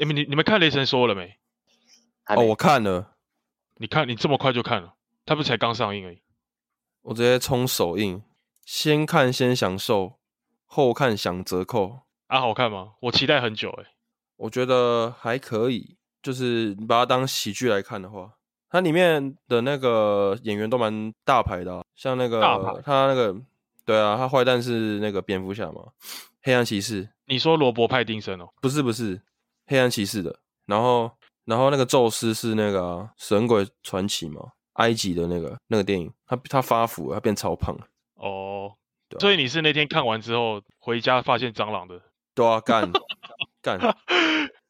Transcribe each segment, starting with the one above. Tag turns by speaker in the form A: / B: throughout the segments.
A: 你们你你们看《雷神》说了没？
B: 还
C: 哦，
B: 没
C: 我看了，
A: 你看你这么快就看了，它不是才刚上映而已。
C: 我直接冲首映，先看先享受，后看享折扣。
A: 啊，好看吗？我期待很久哎、
C: 我觉得还可以，就是你把它当喜剧来看的话，它里面的那个演员都蛮大牌的啊、像那个
A: 大牌
C: 他那个对啊，他坏蛋是那个蝙蝠侠嘛，黑暗骑士
A: 你说罗伯·派丁森哦，
C: 不是不是黑暗骑士的，然后然后那个宙斯是那个啊、神鬼传奇嘛，埃及的那个那个电影，他他发福了，他变超胖了，
A: 哦，
C: 对啊
A: 所以你是那天看完之后回家发现蟑螂的？
C: 对啊，干干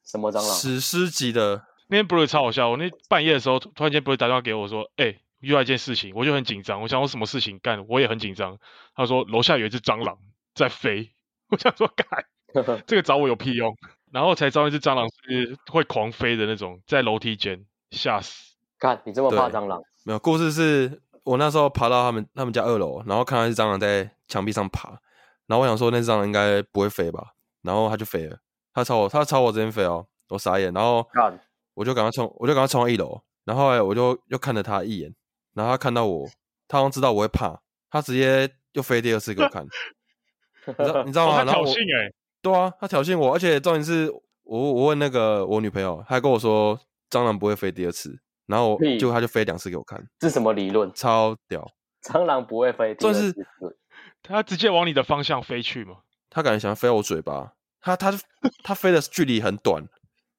B: 什么蟑螂？
C: 史诗级的，
A: 那天 Blue 超好笑，我那半夜的时候突突然间 Blue 打电话给我说，哎、遇到一件事情，我就很紧张，我想我什么事情干，我也很紧张。他说楼下有一只蟑螂在飞，我想说干， 这个找我有屁用？然后才知道那只蟑螂是会狂飞的那种，在楼梯间，吓死！
B: 看你这么怕
C: 对
B: 蟑螂，
C: 没有，故事是我那时候爬到他们他们家二楼，然后看到一只蟑螂在墙壁上爬，然后我想说那只蟑螂应该不会飞吧，然后它就飞了，它朝我它朝我这边飞哦，我傻眼，然后
B: 干
C: 我就赶快冲，我就赶快冲到一楼，然后后来我就又看了它一眼，然后它看到我，它好像知道我会怕，它直接又飞第二次给我看，你知道你知道
A: 哦
C: 吗？
A: 他
C: 啊然后
A: 挑
C: 我
A: 衅哎、
C: 对啊，他挑衅我，而且重点是我我问那个我女朋友，她跟我说蟑螂不会飞第二次，然后
B: 屁
C: 就她就飞两次给我看，
B: 这什么理论？
C: 超屌。
B: 蟑螂不会飞，第二
C: 但是
B: 次死
A: 他直接往你的方向飞去嘛。
C: 他感觉想要飞到我嘴巴，他他他飞的距离很短，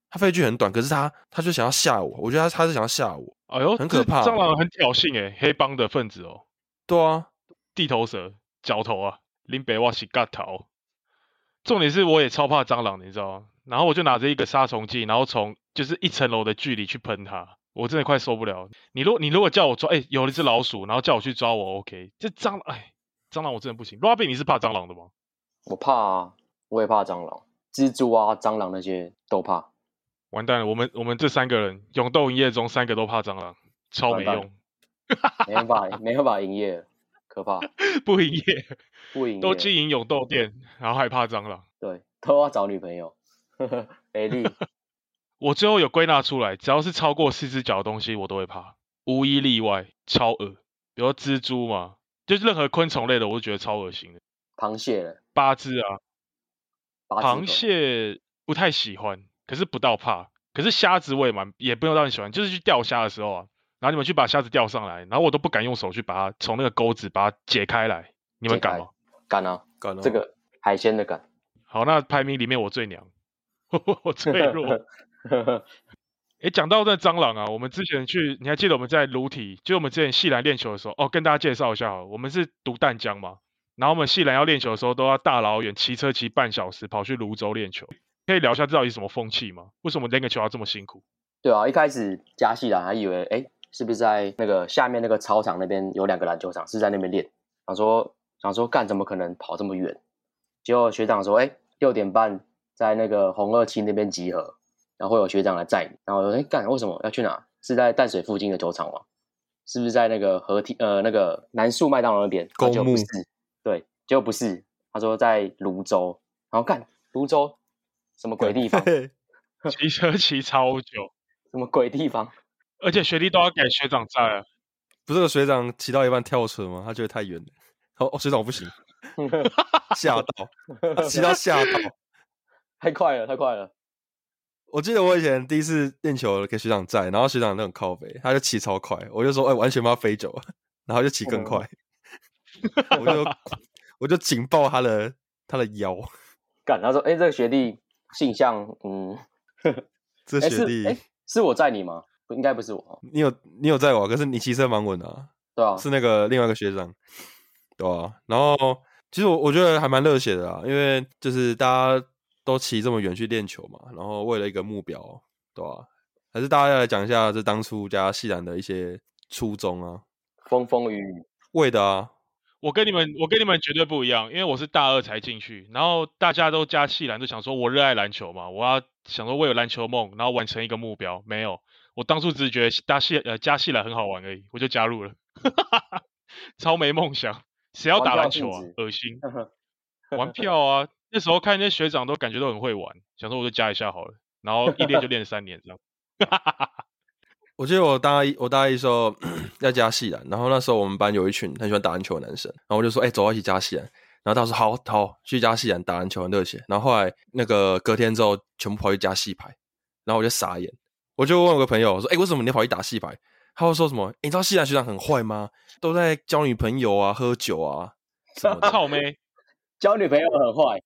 C: 他飞的距离很短，可是他他就想要吓我，我觉得他他是想要吓我，
A: 哎呦，
C: 很
A: 这
C: 可怕
A: 蟑螂很挑衅哎、黑帮的分子哦，
C: 对啊，
A: 地头蛇、角头啊，林北哇西嘎头。重点是我也超怕蟑螂的，你知道吗？然后我就拿着一个杀虫剂，然后从就是一层楼的距离去喷它，我真的快受不了。你如果你如果叫我抓，哎、有一只老鼠，然后叫我去抓我，OK。这蟑螂，哎，蟑螂我真的不行。Robin，你是怕蟑螂的吗？
B: 我怕啊，我也怕蟑螂，蜘蛛啊、蟑螂那些都怕。
A: 完蛋了，我们我们这三个人，永斗营业中三个都怕蟑螂，超没
B: 完蛋
A: 用，
B: 没办法，没办法营业了，可怕，
A: 不营业，
B: 不营业
A: 都经营永斗店，然后还怕蟑螂。
B: 对，都要找女朋友。美丽，
A: 我最后有归纳出来，只要是超过四只脚的东西，我都会怕，无一例外，超恶。比如说蜘蛛嘛，就是任何昆虫类的，我都觉得超恶心的。
B: 螃蟹了，
A: 八只啊，
B: 八只
A: 螃
B: 狗
A: 蟹不太喜欢，可是不到怕。可是虾子我也蛮，也不用到很喜欢，就是去钓虾的时候啊，然后你们去把虾子钓上来，然后我都不敢用手去把它从那个钩子把它解开来，你们
B: 解开
A: 敢吗？
B: 干啊，
C: 干哦了
B: 这个海鲜的干，
A: 好，那排名里面我最娘， 我最 弱。诶，讲到那蟑螂啊，我们之前去，你还记得我们在卢体，就我们之前系篮练球的时候，哦，跟大家介绍一下好了，我们是读淡江嘛，然后我们系篮要练球的时候，都要大老远骑车骑半小时跑去泸州练球，可以聊一下这到底什么风气吗？为什么练个球要这么辛苦？
B: 对啊，一开始加西兰还以为，哎，是不是在那个下面那个操场那边有两个篮球场，是在那边练？想说想说干，怎么可能跑这么远？结果学长说，哎，六点半在那个红二七那边集合，然后会有学长来载你。然后我说，哎，干，为什么要去哪？是在淡水附近的球场吗？是不是在那个合体呃那个南树麦当劳那边？
C: 公
B: 啊结果不
C: 墓
B: 是，对，结果不是，他说在泸州。然后干泸州什么鬼地 方？什
C: 嘿
A: 骑车骑超久，
B: 么鬼地方？
A: 而且学弟都要给学长载啊，
C: 不是有学长骑到一半跳车吗？他觉得太远了，哦哦，学长我不行，吓到， 他骑到吓到。
B: 太快了，太快了！
C: 我记得我以前第一次练球给学长载，然后学长那种靠背，他就骑超快，我就说哎、完全不要飞走，然后就骑更快，
B: 哦
C: 我就我就紧抱他的他的腰，
B: 干，他说：“哎、这个学弟性向，嗯，
C: 这
B: 哎
C: 学弟。
B: 是哎、是我载你吗？不应该不是我哦，
C: 你有你有在玩，可是你骑车蛮稳的啊、
B: 对啊，
C: 是那个另外一个学长，对啊。然后其实我我觉得还蛮热血的啊，因为就是大家都骑这么远去练球嘛，然后为了一个目标，对啊。还是大家来讲一下这当初加西兰的一些初衷啊，
B: 风风雨雨，
C: 为的啊，
A: 我跟你们，我跟你们绝对不一样，因为我是大二才进去，然后大家都加系篮，就想说我热爱篮球嘛，我要想说我有篮球梦，然后完成一个目标。没有，我当初只是觉得加系呃加系篮很好玩而已，我就加入了， 超没梦想，谁要
B: 玩
A: 打
B: 票
A: 篮
B: 性
A: 球啊
B: 质？
A: 恶心，玩票啊！那时候看那些学长都感觉都很会玩，想说我就加一下好了，然后一练就练三年这样。
C: 我记得我大一，我大一的时候 要加系篮，然后那时候我们班有一群很喜欢打篮球的男生，然后我就说，哎、走，要一起加系篮。然后他说好好去加系篮打篮球很热血。然后后来那个隔天之后，全部跑去加系排，然后我就傻眼，我就问我个朋友，我说，哎、为什么你跑去打系排？他会说什么？诶你知道系篮学长很坏吗？都在交女朋友啊、喝酒啊什么 的。
A: 操妹，
B: 交女朋友很 坏，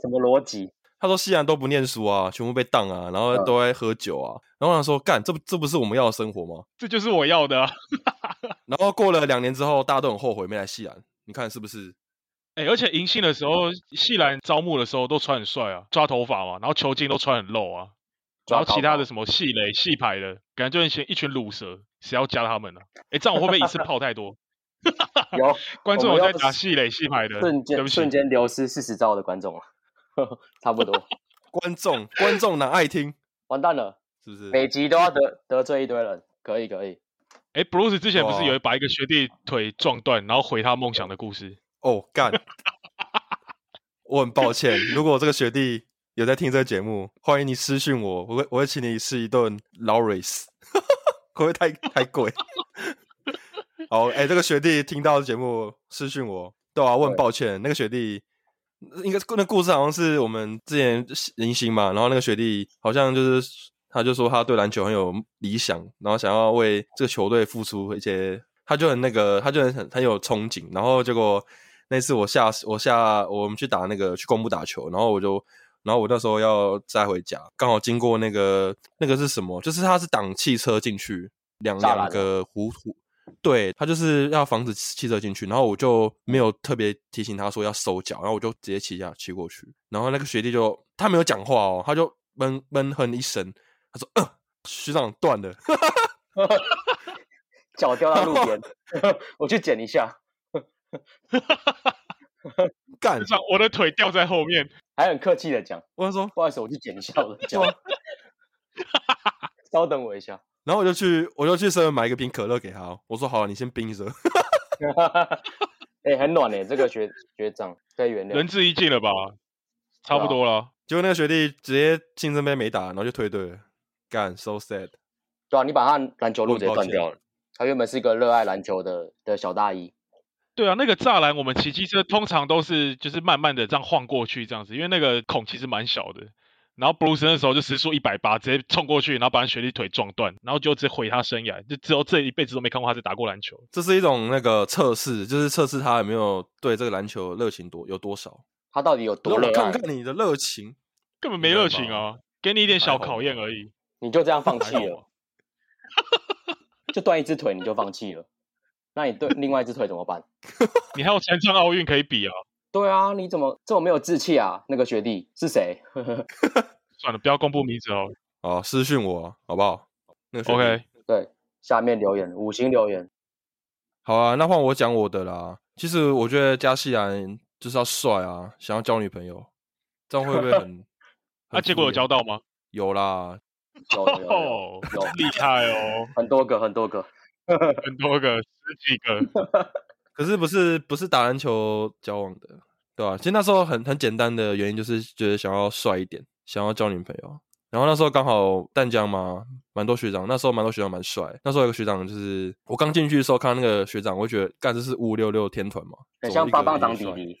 B: 什么逻辑？
C: 他说西兰都不念书啊，全部被当啊，然后
B: 嗯
C: 都在喝酒啊。然后我想说，干这不这不是我们要的生活吗？
A: 这就是我要的啊、
C: 然后过了两年之后，大家都很后悔没来西兰，你看是不是？
A: 哎、而且迎新的时候，系篮招募的时候都穿很帅啊，抓头发嘛，然后球巾都穿很露啊，然
B: 抓
A: 后其
B: 头
A: 他
B: 发
A: 的什么系垒、系排的，感觉就一群一群卤蛇，谁要加他们呢、啊？哎、这样我会不会一次泡太多？
B: 有
A: 观众
B: 我
A: 有在
B: 们要
A: 打系垒、系排的，
B: 瞬
A: 对
B: 间
A: 不起
B: 瞬，间流失四十兆的观众啊， 差不多，
C: 观众观众哪爱听？
B: 完蛋 了，
C: 是不是？
B: 每集都要得得罪一堆人，可以可以，
A: 哎、b r u c e 之前不是
C: 哇
A: 有把一个学弟腿撞断，然后毁他梦想的故事？
C: 哦，干！我很抱歉，如果我这个学弟有在听这个节目，欢迎你私讯我，我会我会请你吃一顿劳瑞斯， 会不会太太贵？好，哎、这个学弟听到节目私讯我，对啊，我很
B: 对
C: 抱歉，那个学弟应该是那故事好像是我们之前零星嘛，然后那个学弟好像就是他就说他对篮球很有理想，然后想要为这个球队付出一些，他就很那个，他就很很很有憧憬，然后结果那次我下我下我们去打那个去公布打球，然后我就。然后我那时候要再回家，刚好经过那个那个是什么？就是他是挡汽车进去，两
B: 栅栏
C: 两
B: 哦
C: 个弧弧，对他就是要防止汽车进去，然后我就没有特别提醒他说要收脚，然后我就直接骑下骑过去，然后那个学弟就他没有讲话哦，他就闷闷哼一声，他说：“呃，学长断了。
B: 脚掉到路边， 我去捡一下，”
C: 干，
A: 这样我的腿掉在后面，
B: 还很客气的讲，
C: 我就说，
B: 不好意思，我去捡一下我的脚
C: 对啊，
B: 稍等我一下，
C: 然后我就去我就去身边买一个瓶可乐给他哦，我说：“好、啊，你先冰着。
B: 哎、很暖哎、这个学学长可以原谅
A: 仁，至义尽了吧？差不多了。”
C: 结果那个学弟直接进身边没打，然后就退队了，干，so sad。
B: 对啊，你把他篮球路直接
C: 我很抱
B: 断
C: 歉
B: 掉了，他原本是一个热爱篮球的的小大一，
A: 对啊，那个栅栏我们骑机车通常都是就是慢慢的这样晃过去这样子，因为那个孔其实蛮小的。然后布鲁斯那时候就时速一百八，直接冲过去，然后把人学弟腿撞断，然后就直接毁他生涯，就之后这一辈子都没看过他在打过篮球。
C: 这是一种那个测试，就是测试他有没有对这个篮球热情多有多少。
B: 他到底有多
C: 让
B: 热
C: 我
B: 爱
C: 看？看你的热情。
A: 根本没
C: 没办
A: 热情
C: 法
A: 啊，给你一点
C: 还
A: 小
C: 好
A: 考
C: 吧
A: 验而已。
B: 你就这样放弃
C: 还好
B: 了，就断一只腿你就放弃了，那你对另外一只腿怎么办？
A: 你还有前川奥运可以比啊！
B: 对啊，你怎么这么没有志气啊？那个学弟是谁？
A: 算了，不要公布名字哦。
C: 哦，私讯我好不好？那个学弟
A: OK，
B: 对，下面留言五星留言，
C: 好啊，那换我讲我的啦。其实我觉得加西兰就是要帅啊，想要交女朋友，这样会不 会很？
A: 那、
C: 很
A: 啊结果有
C: 敷衍
A: 交到吗？
C: 有啦，
B: 有有有有
A: 哦，厉害哦，
B: 很多个很多个，
A: 很多个，十几个。
C: 可是不是不是打篮球交往的，对吧、其实那时候很很简单的原因就是觉得想要帅一点，想要交女朋友。然后那时候刚好淡江嘛，蛮多学长，那时候蛮多学长蛮帅。那时候有个学长就是我刚进去的时候看到那个学长，我就觉得干这是五五六六天团嘛，
B: 很
C: 走
B: 像
C: 一
B: 巴
C: 个
B: 巴
C: 一个
B: 长弟
C: 帅
B: 弟，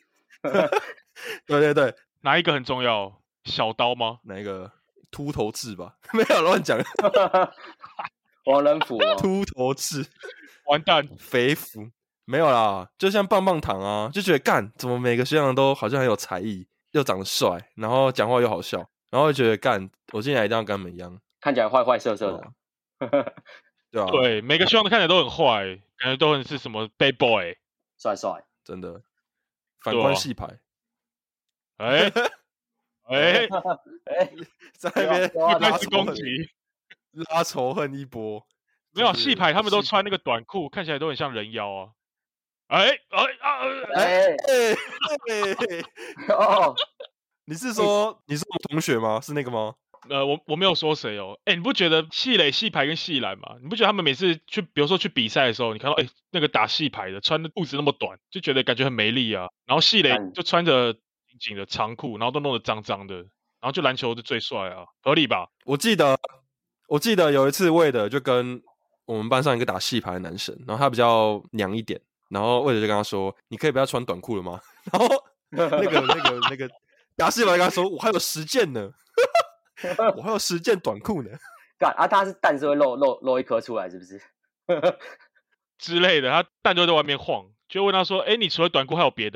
C: 对对对，
A: 哪一个很重要？小刀吗？
C: 哪一个秃头志吧？ 没有乱
A: 哦
C: 讲，
B: 王仁甫哦
C: 秃头志。
A: 完蛋，
C: 肥福没有啦，就像棒棒糖啊，就觉得干怎么每个学长都好像很有才艺，又长得帅，然后讲话又好笑，然后就觉得干我进来一定要跟他们一样，
B: 看起来坏坏色色的，
C: 哦对啊吧、
A: 对，每个学长都看起来都很坏，感觉都很是什么 bad boy。
B: 帅帅。
C: 真的反
A: 对啊
C: 观戏牌、
A: 哎哎，
B: 哎，
A: 啊
C: 在那边
B: 不要
A: 又
B: 不
A: 开
B: 要
C: 拉
A: 始
C: 仇
A: 攻
C: 恨
A: 击，。
C: 拉仇恨一波，
A: 没有
C: 就是
A: 戏牌，他们都
C: 戏
A: 穿那个短裤，看起来都很像人妖啊。哎哎啊！呃
B: 哎
C: 哎嘿嘿
B: 哦，
C: 你是
A: 哎
C: 说你是我同学吗？是那个吗？
A: 呃，我我没有说谁哦。哎，你不觉得戏垒、戏牌跟戏篮吗？你不觉得他们每次去，比如说去比赛的时候，你看到哎那个打戏牌的穿的裤子那么短，就觉得感觉很没力啊。然后戏垒
B: 嗯
A: 就穿着紧紧的长裤，然后都弄得脏脏的，然后就篮球就最帅啊，合理吧？
C: 我记得我记得有一次魏德就跟我们班上一个打戏牌的男生，然后他比较娘一点，然后魏德就跟他说：“你可以不要穿短裤了吗？” 然后那个那个那个打戏牌跟他说：“我还有十件呢， 我还有十件短裤呢。
B: 干啊，他是蛋是会露露露一颗出来，是不是？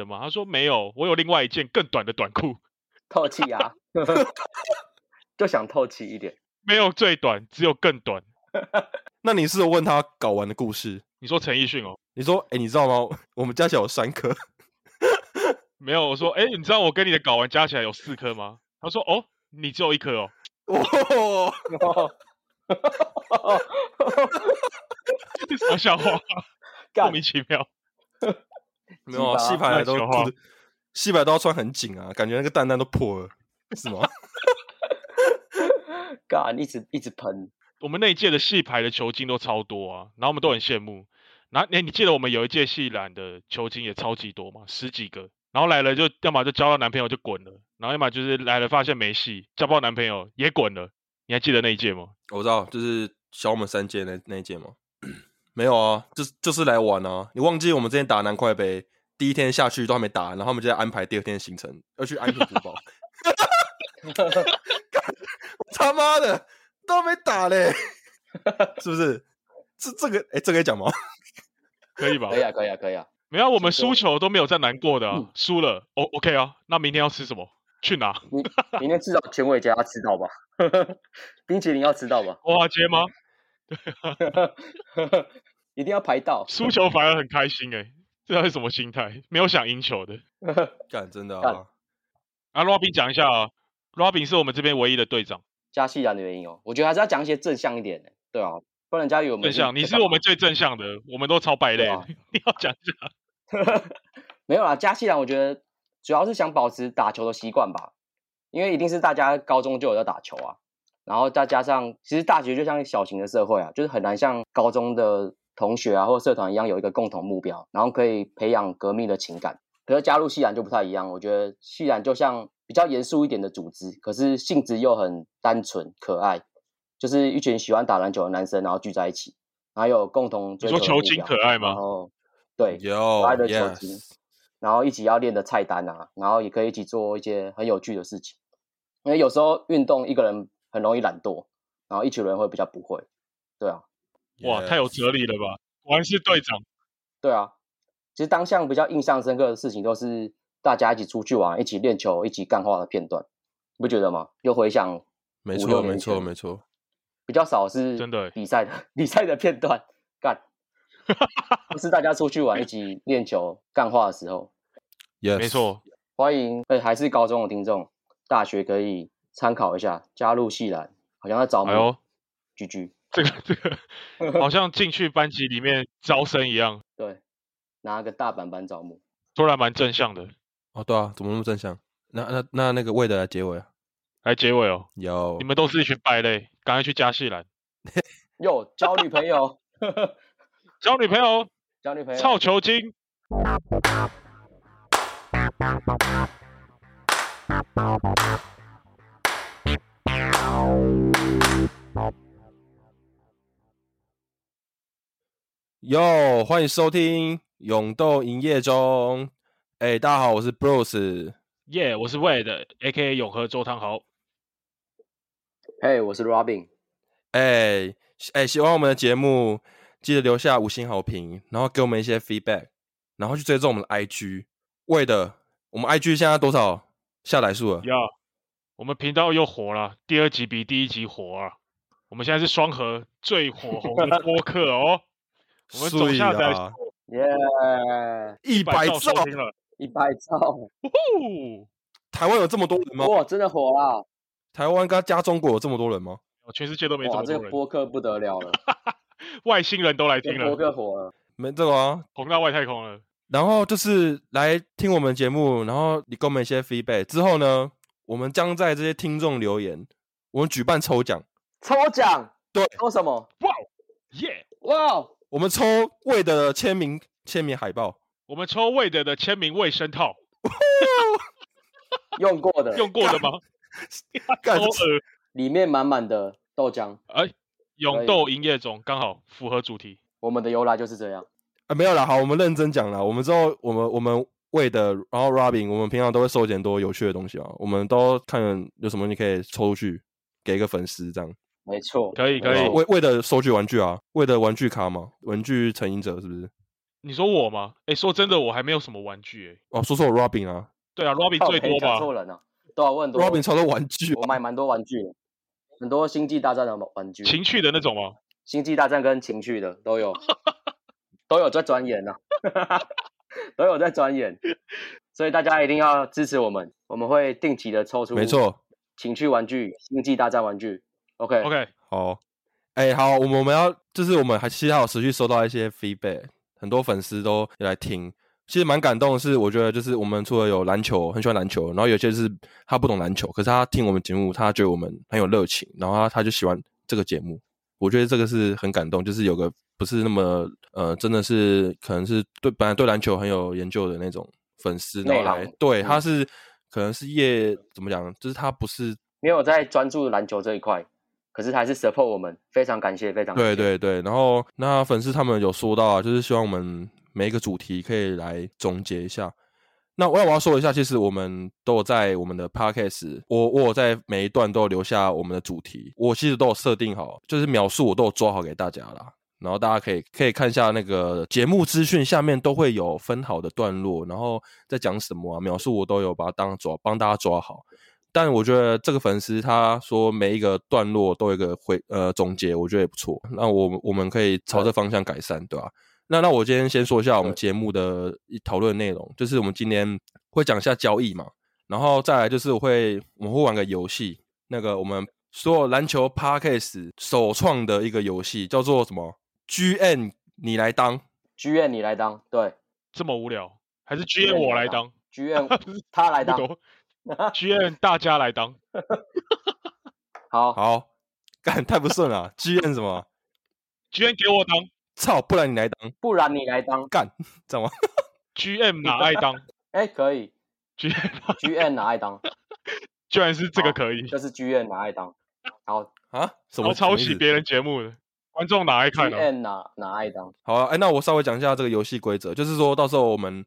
B: 透气啊， 就想透气一点。
A: 没有最短，只有更短。””
C: 那你是有问他睾丸的故事？
A: 你说陈奕迅哦？
C: 你说：“哎，你知道吗？ 我们家小有三颗。
A: 没有，我说：“哎，你知道我跟你的睾丸加起来有四颗吗？”他说：“哦，你只有一颗哦。”
C: 哦，
A: 这是什么笑话？莫
B: 干
A: 名其妙。
C: 没有啊
B: 鸡巴
C: 戏牌的
A: 那
C: 都
A: 球啊
C: 裤子戏牌都要穿很紧啊，感觉那个蛋蛋都破了，是吗？
B: 干一直一直喷，
A: 我们那一届的戏牌的球精都超多啊，然后我们都很羡慕。然后，哎、你记得我们有一届戏篮的球精也超级多嘛，十几个。然后来了就要么就交到男朋友就滚了，然后要么就是来了发现没戏，交不到男朋友也滚了。你还记得那一届吗？
C: 我知道，就是小我们三届那那一届吗？ 没有啊，就是就是来玩啊！你忘记我们之前打南快杯，第一天下去都还没打，然后我们就在安排第二天的行程，要去安平古堡。我他妈的都还没打嘞，是不是？这这个哎、这个也讲吗？
A: 可以吧
B: 可？以啊，可以啊，可以啊。
A: 没有啊，我们
B: 请说
A: 输球都没有再难过的、啊
B: 嗯，
A: 输了哦，OK 啊，那明天要吃什么？去哪？
B: 明天至少全伟杰要吃到吧， 冰淇淋要吃到吧，
A: 花花街吗？
B: 一定要排到。
A: 输球反而很开心哎、这是什么心态？没有想赢球的。
C: 干真的
B: 干
C: 啊！
A: 啊，Robin 讲一下啊，Robin 是我们这边唯一的队长。
B: 加西兰的原因哦，我觉得还是要讲一些正向一点的，对啊，不然人家以为我们
A: 正向，你
B: 在
A: 是
B: 干嘛
A: 我们最正向的，我们都超败类
B: 对
A: 的。
B: 啊
A: 你要讲一下，
B: 没有啦，加西兰我觉得主要是想保持打球的习惯吧，因为一定是大家高中就有在打球啊，然后再加上其实大学就像小型的社会啊，就是很难像高中的同学啊或社团一样有一个共同目标，然后可以培养革命的情感。可是加入西兰就不太一样，我觉得西兰就像比较严肃一点的组织，可是性质又很单纯可爱，就是一群喜欢打篮球的男生，然后聚在一起，然后有共同
A: 你
B: 追求
A: 说
B: 的
A: 球
B: 目
A: 精
B: 标
A: 可爱
B: 然
A: 吗？
B: 后对，
C: 有
A: 哦
B: 可爱的球
C: yes，
B: 精，然后一起要练的菜单啊，然后也可以一起做一些很有趣的事情。因为有时候运动一个人很容易懒惰，然后一群人会比较不会。对啊，
A: 哇，太有哲理了吧！果然是队长，
B: 对啊。其实当下比较印象深刻的事情都是大家一起出去玩、一起练球、一起干话的片段，你不觉得吗？又回想
C: 没
B: 五六
C: 错
B: 年
C: 没错
B: 前
C: 没错，
B: 比较少是
A: 真的欸
B: 比赛的 比赛的片段 干，不是大家出去玩一起练球干话的时候，
C: yes，
A: 没错。
B: 欢迎，哎，还是高中的听众，大学可以参考一下，加入系篮，好像在招
A: 哎
B: 募
A: 呦，
B: 居居，
A: 这个这个好像进去班级里面招生一样，
B: 对，拿个大板板招募，
A: 突然蛮正向的。
C: 哦，对啊，怎么那么正向？那那那那个魏德来结尾啊，
A: 来结尾哦，
C: 有
A: 你们都是一群败类，赶快去加戏篮，
B: 哟，交女朋友，
A: 交女朋友，
B: 交女朋友，
A: 操球精，
C: 哟，欢迎收听《勇斗营业中》。哎，大家好，我是 Bruce。
A: 耶、我是 Wade a K A 永和周汤豪，
B: 嘿，我是 Robin，
C: 哎哎，喜欢我们的节目，记得留下五星好评，然后给我们一些 feedback，然后去追踪我们的 IG。为的，我们 IG 现在多少下载数了？
A: 呀、我们频道又火了，第二集比第一集火啊！我们现在是双核最火红的播客哦，我们总下载
C: 啊，
B: 耶，
C: 一百
A: 兆
C: 兆
A: 收！听了。
B: 一百兆，
A: 哦，
C: 台湾有这么多人吗？
B: 哇，真的火啦，
C: 台湾跟加中国有这么多人吗？
A: 全世界都没这
B: 哇，
A: 么
B: 这
A: 多
B: 个
A: 人，
B: 播客不得了了，
A: 外星人都来
B: 这
A: 听
B: 个播
A: 了，
B: 客火了，
C: 没这个啊，
A: 红到外太空了。
C: 然后就是来听我们节目，然后你给我们一些 feedback 之后呢，我们将在这些听众留言，我们举办抽奖，
B: 抽奖，
C: 对
B: 抽什么？
A: 耶、
B: 哇哦，
C: 我们抽魏德的签名签名海报，
A: 我们抽魏德的签名卫生套，
B: 用过的，
A: 用过的吗？
C: 干
A: 超恶
B: 里面满满的豆浆。
A: 哎，
B: 可
A: 永
B: 以
A: 斗营业中刚好符合主题。
B: 我们的由来就是这样。
C: 啊，没有啦，好，我们认真讲啦。我们之后，我们我们喂的，然后 Robin，我们平常都会收集很多有趣的东西啊。我们都看有什么你可以抽出去给一个粉丝这样。
B: 没错，
A: 可以可
B: 没
A: 以
B: 错
C: 为为的收集玩具啊，为的玩具卡嘛，玩具成瘾者是不是？
A: 你说我吗？哎，说真的，我还没有什么玩具哎。
C: 哦，说说我 Robin 啊
A: 对啊，Robin
B: 靠
A: 最
B: 北
A: 多
B: 讲
A: 吧？
B: 错人啊，对啊，我很多
C: ，Robin 超多玩具
B: 我买蛮多 玩具的，很多星际大战的玩具，
A: 情趣的那种吗？
B: 星际大战跟情趣的都 有，都有在钻研呢、啊， 都有在钻研，所以大家一定要支持我们，我们会定期的抽出，
C: 没，错。
B: 情趣玩具、星际大战玩具，OK，,
A: OK，
C: 好，哎、好，我们我们要就是我们还其实还有持续收到一些 feedback，很多粉丝都有来听。其实蛮感动的是，我觉得就是我们除了有篮球，很喜欢篮球，然后有些是他不懂篮球，可是他听我们节目，他觉得我们很有热情，然后他他就喜欢这个节目。我觉得这个是很感动，就是有个不是那么呃，真的是可能是对本来对篮球很有研究的那种粉丝，然后
B: 内行
C: 来对
B: 嗯
C: 他是可能是业怎么讲，就是他不是
B: 没有在专注篮球这一块，可是还是 support 我们，非常感谢，非常感
C: 对
B: 谢，
C: 对对，然后那粉丝他们有说到啊，就是希望我们每一个主题可以来总结一下。那我要我要说一下，其实我们都有在我们的 podcast，我我有在每一段都有留下我们的主题，我其实都有设定好，就是描述我都有抓好给大家啦。然后大家可以可以看一下那个节目资讯下面都会有分好的段落，然后在讲什么啊，描述我都有把它当抓帮大家抓好。但我觉得这个粉丝他说每一个段落都有一个回呃总结，我觉得也不错。那我我们可以朝这方向改善，对吧、那那我今天先说一下我们
B: 对
C: 节目的一讨论内容，就是我们今天会讲一下交易嘛，然后再来就是我会我们会玩个游戏，那个我们所有篮球 podcast 首创的一个游戏叫做什么？GN 你来当，
B: 剧院你来当，对，
A: 这么无聊，还是
B: 愿
A: GM 我来当？
B: 剧 院他来当，
A: 不懂 GM 大家来当，
B: 好，
C: 好，干太不顺了，GN 什么？
A: GM 给我当
C: 操，不然你来当，
B: 不然你来当，
C: 干，知道吗？
A: ，GM 哪爱当
B: 哎，可以，
A: ？GM
B: 剧院哪爱当，
A: 居然是这个
B: 好
A: 可以，
B: 就是剧院哪爱当，好，
C: 啊？什
A: 我
C: 么
A: 抄
C: 什么意
A: 袭
C: 思
A: 别人节目的，观众哪爱
B: 剧
A: 看哦呢？
B: 院哪哪爱当，
C: 好啊，哎、那我稍微讲一下这个游戏规则，就是说到时候我们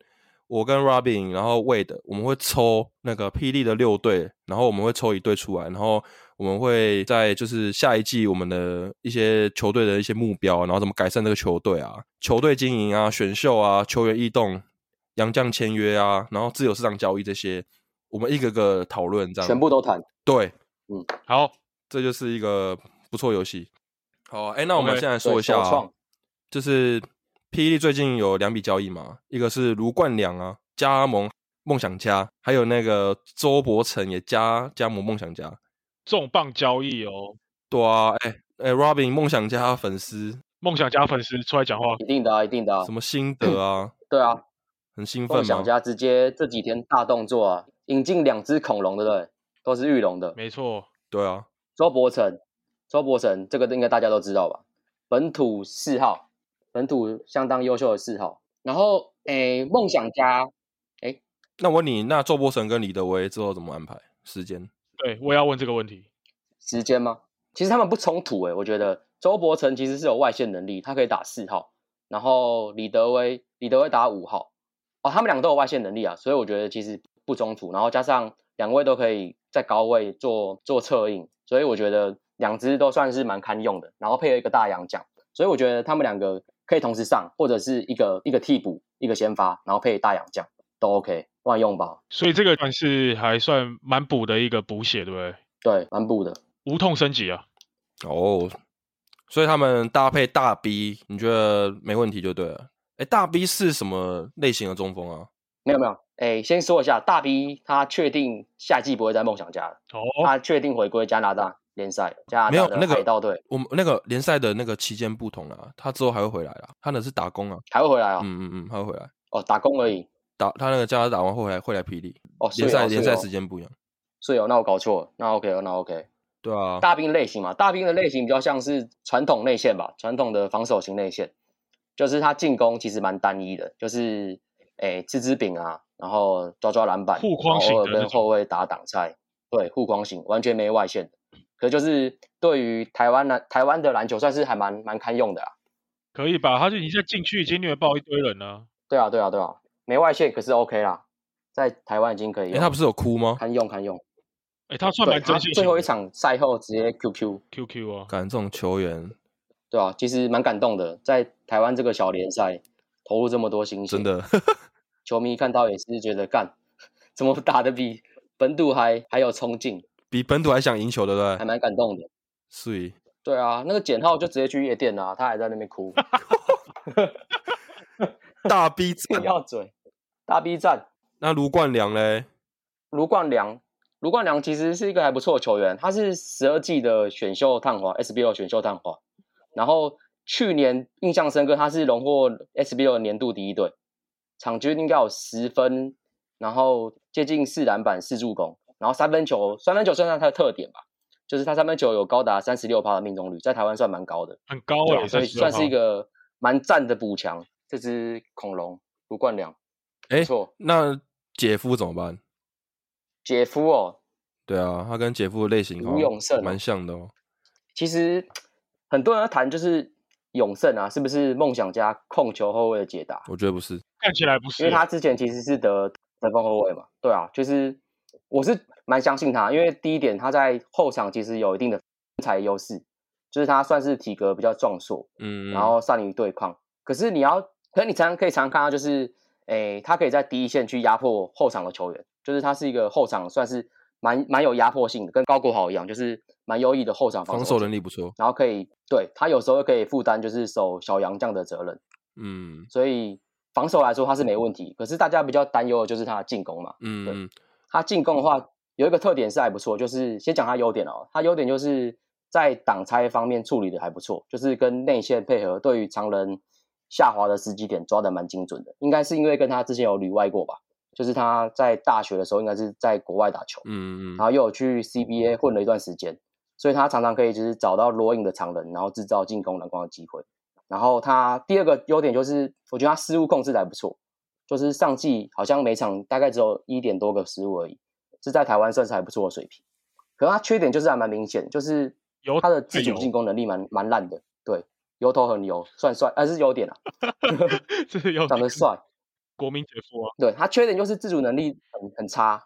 C: 我跟 Robin，然后 Wade，我们会抽那个霹雳的六队，然后我们会抽一队出来，然后我们会在就是下一季我们的一些球队的一些目标，然后怎么改善这个球队啊，球队经营啊，选秀啊，球员异动、洋将签约啊，然后自由市场交易这些，我们一个个讨论这样。
B: 全部都谈，
C: 对，
A: 好，
C: 这就是一个不错游戏。好、啊，哎、那我们
A: OK，
C: 现在
B: 对
C: 说一下、
B: 首
C: 啊
B: 创，
C: 就是霹雳最近有两笔交易嘛，一个是卢冠良啊加盟梦想家，还有那个周伯成也加加盟梦想家。
A: 重磅交易哦，
C: 对啊，哎、哎、r o b i n 梦想家粉丝
A: 梦想家粉丝出来讲 话，
B: 一定的啊，一定的啊
C: 什，么心得啊，
B: 对啊，
C: 很兴奋
B: 梦
C: 吗？
B: 想家直接这几天大动作啊，引进两只恐龙，对不对？都是玉龙的，
A: 没错，
C: 对啊，
B: 周伯成，周伯成这个应该大家都知道吧？本土四号，本土相当优秀的四号。然后，诶，梦想家，
C: 那我问你，那周伯成跟李德威之后怎么安排时间？
A: 对我也要问这个问题，
B: 时间吗？其实他们不冲突欸诶、我觉得周伯成其实是有外线能力，他可以打四号，然后李德威李德威打五号，哦，他们两个都有外线能力啊，所以我觉得其实不冲突。然后加上两位都可以在高位做做策应，所以我觉得两支都算是蛮堪用的。然后配合一个大洋将，所以我觉得他们两个可以同时上，或者是一个一个替补，一个先发，然后配大洋将都 OK，万用吧？
A: 所以这个算是还算蛮补的一个补血，对不对？
B: 对，蛮补的。
A: 无痛升级啊，
C: 哦，所以他们搭配大 B，你觉得没问题就对了。哎，大 B 是什么类型的中锋啊？
B: 没有没有，哎，先说一下，大 B 他确定夏季不会在梦想家了，
A: 哦，
B: 他确定回归加拿大联赛，加拿
C: 没有
B: 大的
C: 那个
B: 海盗队
C: 我们那个联赛的那个期间不同啦，他之后还会回来啦，他那是打工啊，
B: 还会回来哦，
C: 嗯嗯嗯，他会回来
B: 哦打工而已，
C: 打他那个加拿大完会来会来霹雳，
B: 哦
C: 联赛联赛时
B: 是
C: 间不一样，
B: 是哦，那我搞错了，那 OK 哦，那 OK，
C: 对啊，
B: 大兵类型嘛，大兵的类型比较像是传统内线吧，传统的防守型内线，就是他进攻其实蛮单一的，就是哎吃吃饼啊，然后抓抓篮板，
A: 护框
B: 然后
A: 型的
B: 偶尔
A: 那
B: 跟
A: 种
B: 后卫打挡拆，对，护框型，完全没外线的。可就是对于台湾篮台湾的篮球，算是还蛮蛮堪用的啦。啊
A: 可以吧？他就一下禁区已经虐爆一堆人了。
B: 对啊，对啊，对啊，没外线可是 OK 啦，在台湾已经可以
C: 哎、
B: 用，
C: 他不是有哭吗？
B: 堪用堪用。
A: 哎，他算
B: 对，
A: 蛮
B: 他
A: 真性
B: 最
A: 情
B: 后一
A: 的。
B: 场赛后直接 QQ，
A: QQ 哦，
C: 感觉这种球员
B: 对啊，其实蛮感动的，在台湾这个小联赛投入这么多心血，
C: 真的
B: 球迷看到也是觉得干，怎么打的比本土还还有冲劲，
C: 比本土还想赢球，对不
B: 还
C: 对？
B: 蛮感动的。
C: 所以
B: 对啊，那个简浩就直接去夜店啦、他还在那边 哭，
C: 大逼
B: 不
C: 战。
B: 要嘴。大 B 站
C: 那卢冠良嘞？
B: 卢冠良，卢冠良其实是一个还不错的球员，他是十二季的选秀探花 SBO 选秀探花，然后去年印象深刻，他是荣获 SBO 年度第一队，场均应该有十分，然后接近四篮板、四助攻，然后三分球，三分球算上他的特点吧，就是他三分球有高达三十六趴的命中率，在台湾算蛮高的，
A: 很高
B: 对
A: 哎，
B: 啊所以
A: 36号
B: 算是一个蛮赞的补强。这只恐龙卢冠良，
C: 哎、
B: 不错，
C: 那姐夫怎么办？
B: 姐夫哦，
C: 对啊，他跟姐夫的类型
B: 吴
C: 好
B: 永胜
C: 像
B: 哦
C: 蛮像的哦。
B: 其实很多人在谈就是永胜啊，是不是梦想家控球后卫的解答？
C: 我觉得不是，
A: 看起来不是
B: 因为他之前其实是得得分后卫嘛，对啊，就是我是蛮相信他，因为第一点他在后场其实有一定的身材优势，就是他算是体格比较壮硕，
C: 嗯，
B: 然后善于对抗。可是你要，可是你常常可以常常看到，就是诶，他可以在第一线去压迫后场的球员，就是他是一个后场算是蛮蛮有压迫性的，跟高国豪一样，就是蛮优异的后场防
C: 防
B: 守
C: 守
B: 者
C: 能力不错，
B: 然后可以对他有时候可以负担就是守小杨这样的责任，
C: 嗯
B: 所以防守来说他是没问题。可是大家比较担忧的就是他的进攻嘛，
C: 嗯嗯，
B: 他进攻的话有一个特点是还不错，就是先讲他优点哦，他优点就是在挡拆方面处理的还不错，就是跟内线配合，对于常人下滑的时机点抓的蛮精准的。应该是因为跟他之前有旅外过吧，就是他在大学的时候应该是在国外打球，
C: 嗯嗯
B: 然后又有去 CBA 混了一段时间，所以他常常可以就是找到罗影的常人，然后制造进攻篮筐的机会。然后他第二个优点就是，我觉得他失误控制得还不错，就是上季好像每场大概只有一点多个失误而已，是在台湾算是还不错的水平。可他缺点就是还蛮明显，就是
A: 油
B: 他的
A: 太
B: 自主
A: 油
B: 进攻能力蛮蛮烂的，对，油头很油，算帅，呃是优点 啊，
A: 这是 有
B: 长得帅，
A: 国民姐夫啊，
B: 对他缺点就是自主能力很很差，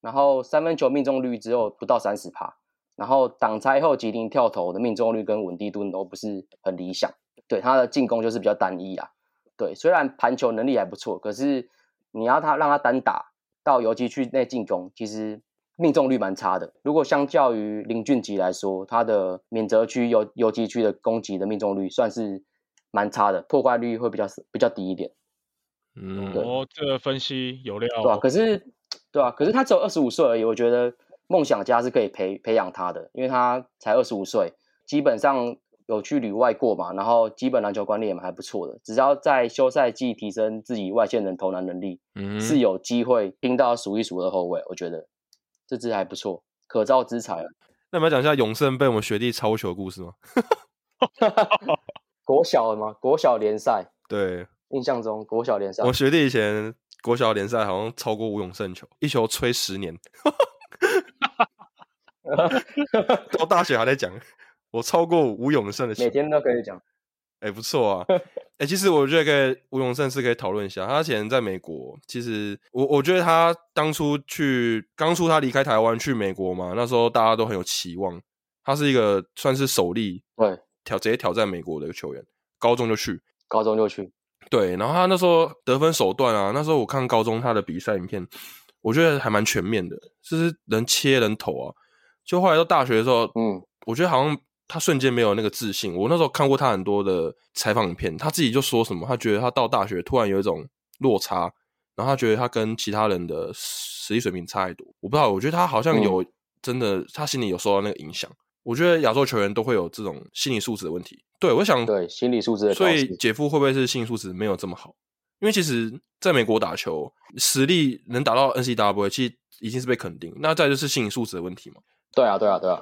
B: 然后三分球命中率只有不到三十趴，然后挡拆后急停跳投的命中率跟稳定度都不是很理想。对他的进攻就是比较单一啊。对，虽然盘球能力还不错，可是你要他让他单打到游击区内进攻，其实命中率蛮差的。如果相较于林俊杰来说，他的免责区游游击区的攻击的命中率算是蛮差的，破坏率会比较比较低一点。
C: 嗯嗯，
A: 哦，这个分析有料
B: 对啊，
A: 哦，
B: 可是对啊，可是他只有二十五岁而已，我觉得梦想家是可以培培养他的，因为他才二十五岁，基本上有去旅外过嘛，然后基本篮球观念也蛮还不错的，只要在休赛季提升自己外线人投篮能力，
C: 嗯
B: 是有机会拼到数一数二后卫，我觉得这支还不错，可造之材啊。
C: 那我们要讲一下永胜被我们学弟抄球的故事吗？
B: 国小的吗？国小联赛，
C: 对
B: 印象中国小联赛
C: 我学弟以前国小联赛好像超过吴永胜球，一球吹 十年， 到大学还在讲，我超过吴永胜的球
B: 每，天都可以讲，
C: 哎、不错啊，哎、其实我觉得可以，吴永胜是可以讨论一下。他之前在美国，其实我我觉得他当初去，当初他离开台湾去美国嘛，那时候大家都很有期望，他是一个算是首例
B: 对，
C: 挑直接挑战美国的球员，高中就去，
B: 高中就去，
C: 对，然后他那时候得分手段啊，那时候我看高中他的比赛影片，我觉得还蛮全面的，就是能切能投啊。就后来到大学的时候，
B: 嗯，
C: 我觉得好像他瞬间没有那个自信。我那时候看过他很多的采访影片，他自己就说什么，他觉得他到大学突然有一种落差，然后他觉得他跟其他人的实力水平差太多。我不知道，我觉得他好像
B: 嗯
C: 有、真的，他心里有受到那个影响。我觉得亚洲球员都会有这种心理素质的问题。对，我想
B: 对，心理素质的高
C: 所以
B: 是
C: 姐夫会不会是心理素质没有这么好？因为其实在美国打球，实力能达到 NCAA，其实已经是被肯定。那再就是心理素质的问题嘛。
B: 对啊，对啊，对啊，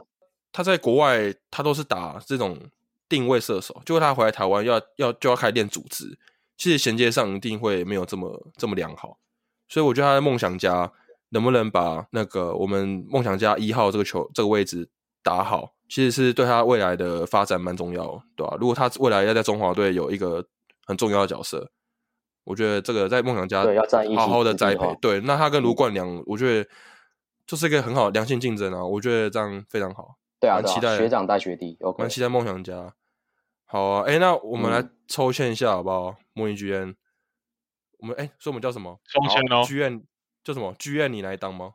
C: 他在国外，他都是打这种定位射手，结果他回来台湾要要就要开始练组织，其实衔接上一定会没有这么这么良好。所以我觉得他的梦想家能不能把那个我们梦想家一号这个球这个位置打好，其实是对他未来的发展蛮重要的，对吧、如果他未来要在中华队有一个很重要的角色，我觉得这个在梦想家
B: 对要占一席
C: 好好的
B: 之地
C: 栽
B: 的
C: 培
B: 话，嗯
C: 对，那他跟卢冠良，我觉得就是一个很好的良性竞争啊，我觉得这样非常好，
B: 对啊，
C: 蛮
B: 对
C: 期
B: 啊
C: 待的
B: 学长带学弟，OK，
C: 蛮期待梦想家。好啊，哎，那我们来
B: 嗯
C: 抽签一下好不好？莫云 G N，我们哎，所以我们叫什么？
A: 抽签哦
C: ，G N 叫什么？G N 你来当吗？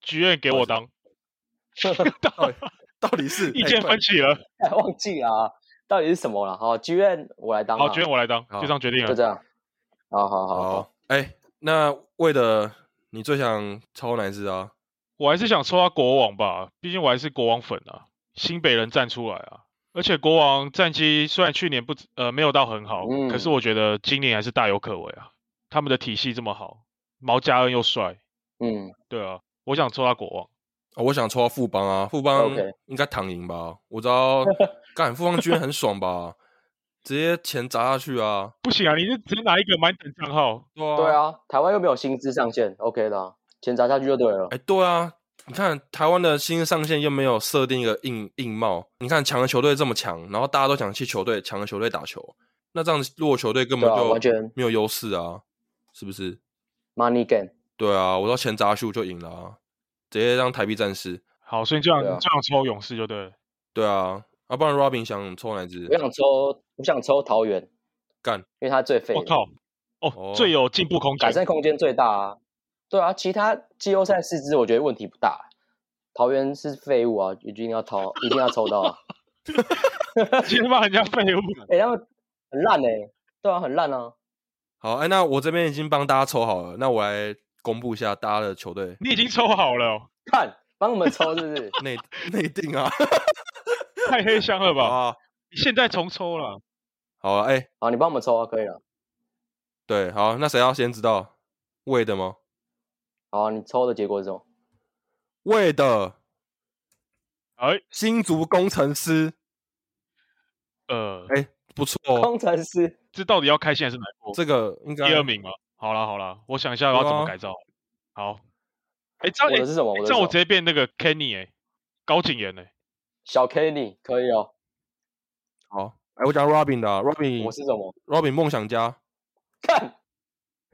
A: 剧院给我当，
C: 到
B: 哎
C: 底到底是
A: 意
C: 哎
A: 见
C: 快
A: 分歧了。
B: 忘记了啊，到底是什么了？好，剧院我来当
A: 好，
B: 啊，
A: 剧院我来当，
C: 好
A: 就这样决定
B: 就
A: 了。
B: 这样，好好好好，
C: 好，哎、那为了你最想抽哪一支啊？
A: 我还是想抽他国王吧，毕竟我还是国王粉啊，新北人站出来啊！而且国王战绩虽然去年不呃没有到很好，
B: 嗯
A: 可是我觉得今年还是大有可为啊。他们的体系这么好，毛家恩又帅，
B: 嗯，
A: 对啊，我想抽他国王。
C: 哦我想抽到富邦啊，富邦
B: OK
C: 应该躺赢吧？我 知道，干富邦居然很爽吧？直接钱砸下去 啊！
A: 不行啊，你是直接拿一个满等账号，
C: 对啊，
B: 对，啊，台湾又没有薪资上限，OK 的啊，钱砸下去就对了
C: 哎、，对啊，你看台湾的新上限又没有设定一个硬硬帽，你看强的球队这么强，然后大家都想去球队强的球队打球，那这样子弱球队根本
B: 对啊
C: 就
B: 完全
C: 没有优势啊，是不是？
B: money game，
C: 对啊，我到钱砸下去我就赢了、啊，直接让台币战士。
A: 好，所以你就想、
B: 对啊
A: 就想抽勇士就对了。
C: 对啊，啊，不然 Robin 想抽哪只
B: 我？想抽，我想抽桃园，
C: 干
B: 因为它最废
A: 我、
B: 了，
A: 靠，哦，
C: 哦
A: 最有进步空
B: 改
A: 间。
B: 善空间最大啊，对啊，其他季后赛四支我觉得问题不大，桃园是废物啊，一定要掏，一定要抽 到啊，
A: 直接骂人家废物，
B: 哎，他们很烂哎，对啊，很烂啊，
C: 好，哎，那我这边已经帮大家抽好了，那我来公布一下大家的球 队
A: 你已经抽好了哦、
B: 看帮我们抽是 不是？
C: 内内定啊，
A: 太黑箱了
C: 好
A: 吧？
C: 啊，
A: 你现在重抽了，
C: 好啊，哎，
B: 好，你帮我们抽啊，可以了。
C: 对，好，那谁要先知道？魏的吗？
B: 好，啊你抽的结果是什 么？
C: 魏的
A: 哎，
C: 新竹工程师
A: 呃，
B: 哎
C: 不错哦，
B: 工程师
A: 这到底要开心还是难过？
C: 这个应该
A: 哦第二名嘛。好啦好啦，我想一下我要怎么
C: 有啊
A: 改造。好，哎、这样
B: 我
A: 哎
B: 的是什么？我
A: 哎这
B: 的是
A: 样我
B: 什么
A: 直接变那个 Kenny 哎、高景言哎、
B: 小 Kenny 可以哦。
C: 好。哎，我讲 Robin 的、啊、
B: 我
C: ，Robin
B: 是什么？
C: Robin 梦想家，
B: 看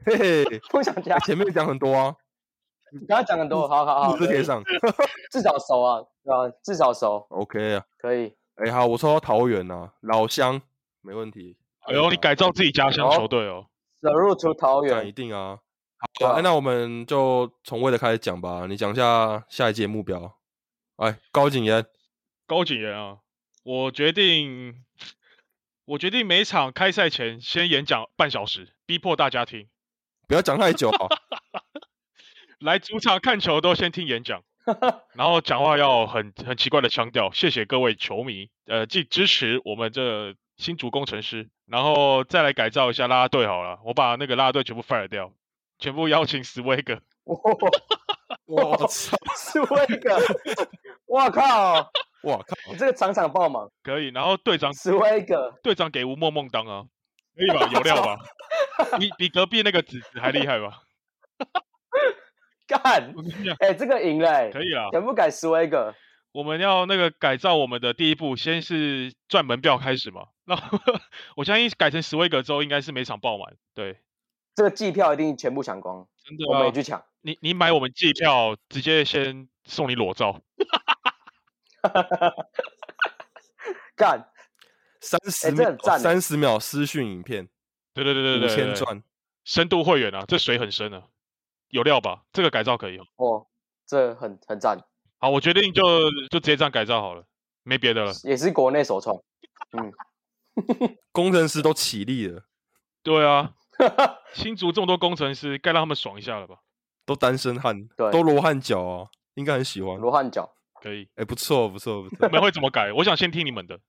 C: 嘿嘿，
B: 梦想家
C: 哎，前面讲很多啊，
B: 你刚才讲很多，好好好
C: 复，制贴上
B: 至少熟啊，对吧？至少熟，
C: ，OK 啊。
B: 可以。
C: 哎，好，我抽到桃园啊，老乡，没问题，
A: 哎呦，你改造自己家乡
B: 好
A: 球队哦。
B: The road to 桃
C: 那一
B: 园，
C: 定啊。好
B: 对
C: 啊、
B: 啊
C: 哎那我们就从未来开始讲吧。你讲一下下一届目标。哎，高景言，
A: 高景言啊，我决定，我决定每场开赛前先演讲半小时，逼迫大家听。
C: 不要讲太久啊
A: 来主场看球都先听演讲，然后讲话要很很奇怪的腔调。谢谢各位球迷，呃，既支持我们这新竹工程师，然后再来改造一下啦啦队好了，我把那个啦啦队全部 fire 掉，全部邀请斯威格。
B: 哇，
C: 我 操！
B: 是我一个，哇靠！
C: 哇靠！
B: 你这个场场爆满，
A: 可以，然后队长
B: 是我一个，
A: 队长给吴梦梦当啊，可以吧？有料吧？比比隔壁那个子子还厉害吧？
B: 干！
A: 我跟你讲，
B: 哎，这个赢了欸，
A: 可以啦。
B: 全部改十威个，
A: 我们要那个改造我们的第一步，先是赚门票开始嘛。那 我相信改成斯威格之后，应该是每场爆满。对，
B: 这个季票一定全部抢光，
A: 真的
B: 我们也
A: 啊！
B: 去抢。
A: 你你买我们机票，直接先送你裸照。
B: 干，
C: 三十
B: 哎这
C: 秒
B: 很，赞欸
C: 三十、秒私讯影片，
A: 对对对
C: 五
A: 对对
C: 千
A: 对对，
C: 赚。
A: 深度会员啊，这水很深啊，有料吧？这个改造可以哦。
B: 哦，这很很赞，
A: 好，我决定就就直接这样改造好了，没别的了。
B: 也是国内首创。
C: 工程师都起立了，
A: 对啊，新竹这么多工程师，该让他们爽一下了吧？
C: 都单身汉，
B: 对
C: 都罗汉脚啊，应该很喜欢。
B: 罗汉脚，
A: 可以，
C: 哎，不错，不错，不
A: 你
C: 错。
A: 们会怎么改？我想先听你们的。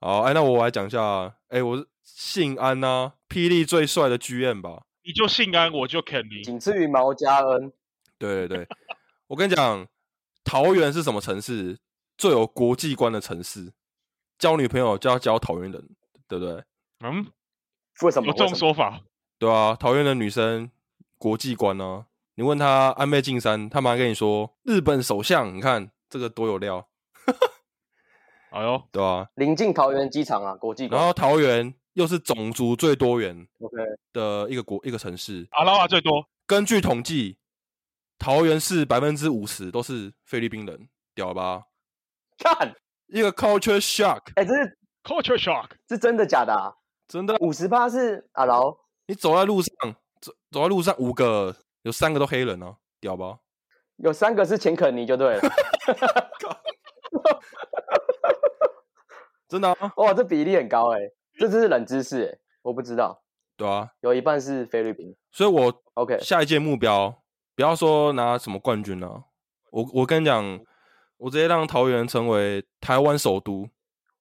C: 好，哎，那我来讲一下。哎，我是信安呐、霹雳最帅的 GM 吧。
A: 你就信安，我就肯 尼。
B: 仅次于毛家恩。
C: 对对对，我跟你讲，桃园是什么城市？最有国际观的城市。交女朋友就要交桃园人，对不对？
A: 嗯，
B: 为什么？
A: 有
B: 为
A: 这种
B: 什么
A: 说法。
C: 对啊，桃园的女生国际观呢、你问他安倍晋三，他马上跟你说日本首相，你看这个多有料，
A: 哎呦，
C: 对吧、
B: 临近桃园机场啊，国际馆
C: 然后桃园又是种族最多元
B: OK，
C: 的一个国一个城市，
A: 阿拉瓦最多，
C: 根据统计，桃园市百分之五十都是菲律宾人，屌吧？
B: 看，
C: 一个 culture shock，
B: 哎、这是
A: culture shock，
B: 是真的假的、啊？
C: 真的，
B: 五十八是啊阿劳，
C: 你走在路上，走走在路上五个有三个都黑人哦、屌吧？
B: 有三个是钱肯尼就对 了。
C: 真的啊，
B: 哇，这比例很高哎、这真是冷知识哎、我不知道，
C: 对啊，
B: 有一半是菲律宾。
C: 所以我
B: OK，
C: 下一届目标，不要说拿什么冠军了、我我跟你讲，我直接让桃园成为台湾首都，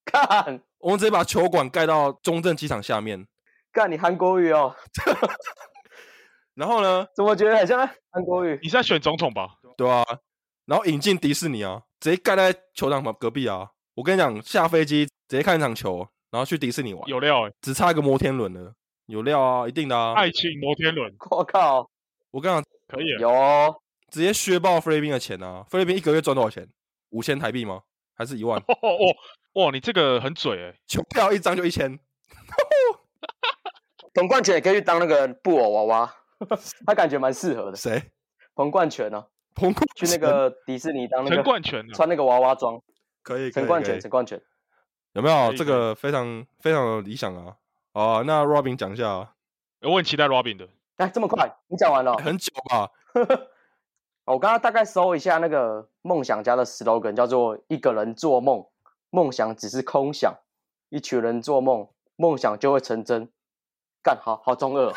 B: 看，
C: 我们直接把球馆盖到中正机场下面，
B: 看你韩国语哦，
C: 然后呢，
B: 怎么觉得很像韩国语？
A: 你是在选总统吧？
C: 对啊，然后引进迪士尼啊，直接盖在球场旁隔壁啊。我跟你讲，下飞机直接看一场球，然后去迪士尼玩，
A: 有料哎、
C: 只差一个摩天轮了，有料啊，一定的啊。
A: 爱情摩天轮
B: 我靠，
C: 我跟你讲，
A: 可以欸、？
B: 有哦
C: 直接削爆菲律宾的钱啊！菲律宾一个月赚多少钱？五千台币吗？还是一万
A: 哇哦哇哇，你这个很嘴哎、
C: 球票一张就一千，
B: 彭冠泉也可以去当那个布偶娃娃， 他感觉蛮适合的。
C: 谁？
B: 彭冠泉呢、
C: 彭冠
B: 去 那
C: 泉
B: 个迪士尼当那
A: 陈
B: 个
A: 冠权啊，
B: 穿那个娃娃装，
C: 可以，可
B: 陈
C: 以
B: 冠
C: 可
B: 泉，
C: 以
B: 陈冠泉。
C: 有没有
A: 可以
C: 这
A: 可以
C: 个非常非常有理想啊？啊，那 Robin 讲一下啊，
A: 我很期待 Robin 的。
B: 哎，这么快，你讲完了哦？
C: 很久吧？
B: 哦我刚刚大概搜一下那个梦想家的 slogan，叫做“一个人做梦，梦想只是空想；一群人做梦，梦想就会成真。”干，好好中二哦、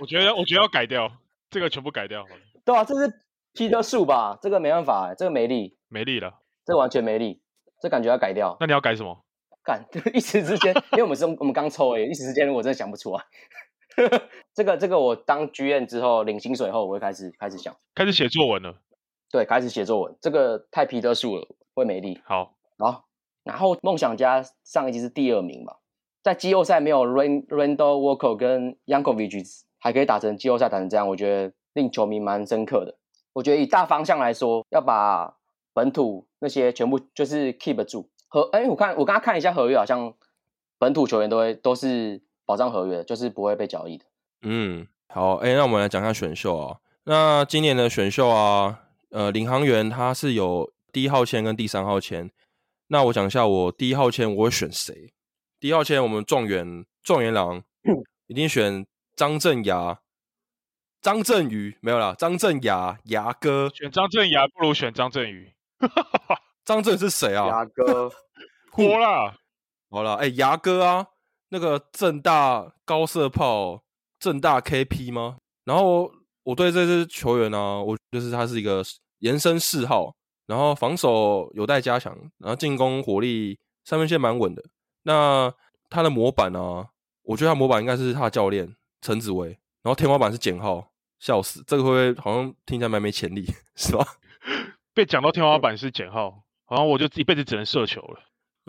A: 我觉得我觉得要改掉这个，全部改掉好了，
B: 对啊，这是皮特树吧？这个没办法、欸这个没力，
A: 没力了。
B: 这个完全没力，这感觉要改掉。
A: 那你要改什么？
B: 干， 一时之间，因为我们是我们刚抽而已，一时之间我真的想不出来。 这个这个，我当 GM 之后领薪水后，我会开始开始想，
A: 开始写作文了。
B: 对，开始写作文。这个太皮特树了，会没力。
A: 好，
B: 好，哦然后梦想家上一季是第二名嘛，在季后赛没有 Ren Randall Walker 跟 Yankovic 还可以打成季后赛打成这样，我觉得令球迷蛮深刻的。我觉得以大方向来说，要把本土那些全部就是 keep 住合。哎，我看我刚刚看一下合约，好像本土球员都会都是保障合约的，就是不会被交易的。
C: 嗯，好，哎、那我们来讲一下选秀啊。那今年的选秀啊，呃，领航员他是有第一号签跟第三号签。那我讲一下我第一号签我会选谁？第一号签我们状元状元郎一定选张镇雅、张振宇没有啦，张镇雅牙哥，
A: 选张振雅不如选张振宇。
C: 张振宇是谁啊？
B: 哥，
A: 火啦，
C: 好了，哎、牙哥啊，那个正大高射炮，正大 KP 吗？然后我对这支球员呢、啊我就是他是一个延伸四号，然后防守有待加强，然后进攻火力三分线蛮稳的。那他的模板呢、啊我觉得他模板应该是他的教练陈子威，然后天花板是简浩，笑死，这个会不会好像听起来蛮没潜力， 是吧？
A: 被讲到天花板是简浩，好像我就一辈子只能射球了。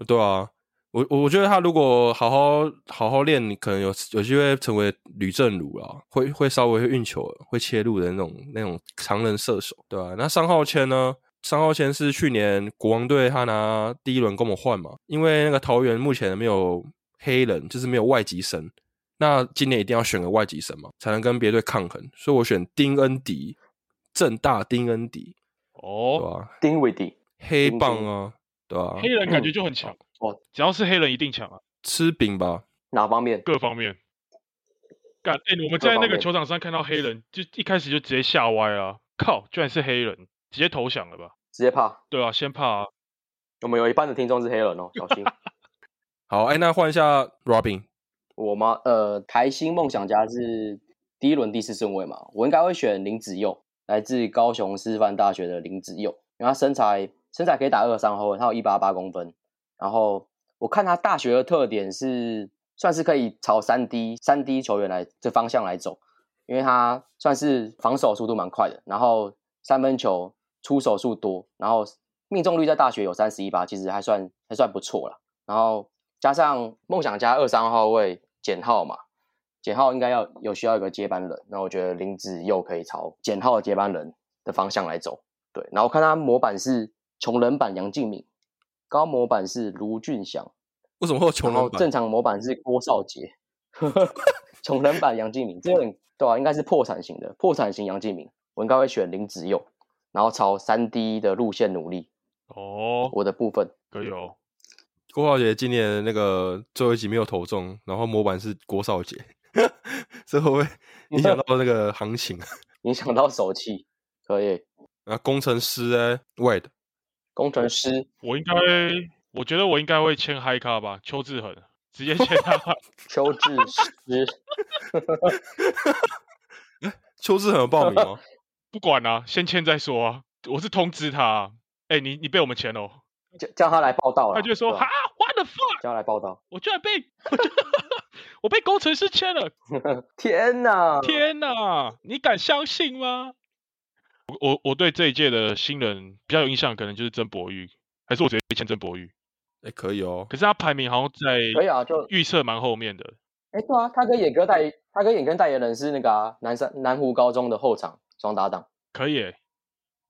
C: 对啊，我我我觉得他如果好好好好练，你可能有有机会成为吕正儒啊，会会稍微会运球、会切入的那种那种常人射手，对啊，那三号签呢？三号签是去年国王队他拿第一轮跟我们换嘛，因为那个桃园目前没有黑人，就是没有外籍生，那今年一定要选个外籍生嘛，才能跟别队抗衡，所以我选丁恩迪，正大丁恩迪，对
A: 哦，
C: 吧、
B: 丁伟迪，
C: 黑
B: 丁
C: 棒
B: 丁
C: 啊，对吧、
A: 黑人感觉就很强
B: 哦，
A: 只要是黑人一定强啊，
C: 吃饼吧，
B: 哪方面？
A: 各方面。干，哎、我们
B: 各
A: 在那
B: 方
A: 个
B: 面
A: 球场上看到黑人，就一开始就直接吓歪啊！靠，居然是黑人，直接投降了吧？
B: 直接怕，
A: 对啊，先怕、啊。
B: 我们有一半的听众是黑人哦，小心。
C: 好，哎，那换一下 Robin，
B: 我吗？呃，台新梦想家是第一轮第四顺位嘛，我应该会选林子佑，来自高雄师范大学的林子佑，因为他身材身材可以打二三后卫，他有一八八公分，然后我看他大学的特点是算是可以朝三 D 三 D 球员来这方向来走，因为他算是防守速度蛮快的，然后三分球出手数多，然后命中率在大学有三十一八，其实还算还算不错啦。然后加上梦想家二三号位简浩嘛，简浩应该要有需要一个接班人，那我觉得林子佑可以朝简浩的接班人的方向来走。对，然后看他模板是穷人版杨敬敏，高模板是卢俊祥，
C: 为什么会有穷
B: 然后
C: 人版
B: 正？常模板是郭少杰， 穷人版杨敬敏，这个很对啊，应该是破产型的，破产型杨敬敏，我应该会选林子佑，然后朝三 D 的路线努力。
A: 哦，
B: 我的部分，
A: 可以哦，
C: 郭少杰今年那个最后一集没有投中，然后模板是郭少杰， 这会不会影响到那个行情啊？
B: 影响到手气，可以。
C: 啊，工程师哎、w a d
B: 工程师
A: 我应该，我觉得我应该会签嗨咖吧，邱志恒直接签他
B: 邱志师，
C: 邱志恒有报名 哦吗？
A: 不管啦、先签再说啊。我是通知他、啊，哎、你你被我们签哦，
B: 叫叫他来报道啦
A: 他就会说
B: 对啊
A: 哈
B: 吧
A: ，what the fuck，
B: 叫他来报道。
A: 我居然被 我被工程师签了，
B: 天哪！
A: 天哪，你敢相信吗？我我我对这一届的新人比较有印象，可能就是曾博玉，还是我直接签曾博玉，
C: 哎、可以哦。
A: 可是他排名好像在
B: 可以啊，就
A: 预测蛮后面的，
B: 哎，对啊，他跟野哥代，他跟野哥代言人是那个啊，南山南湖高中的后场双搭档。
A: 可以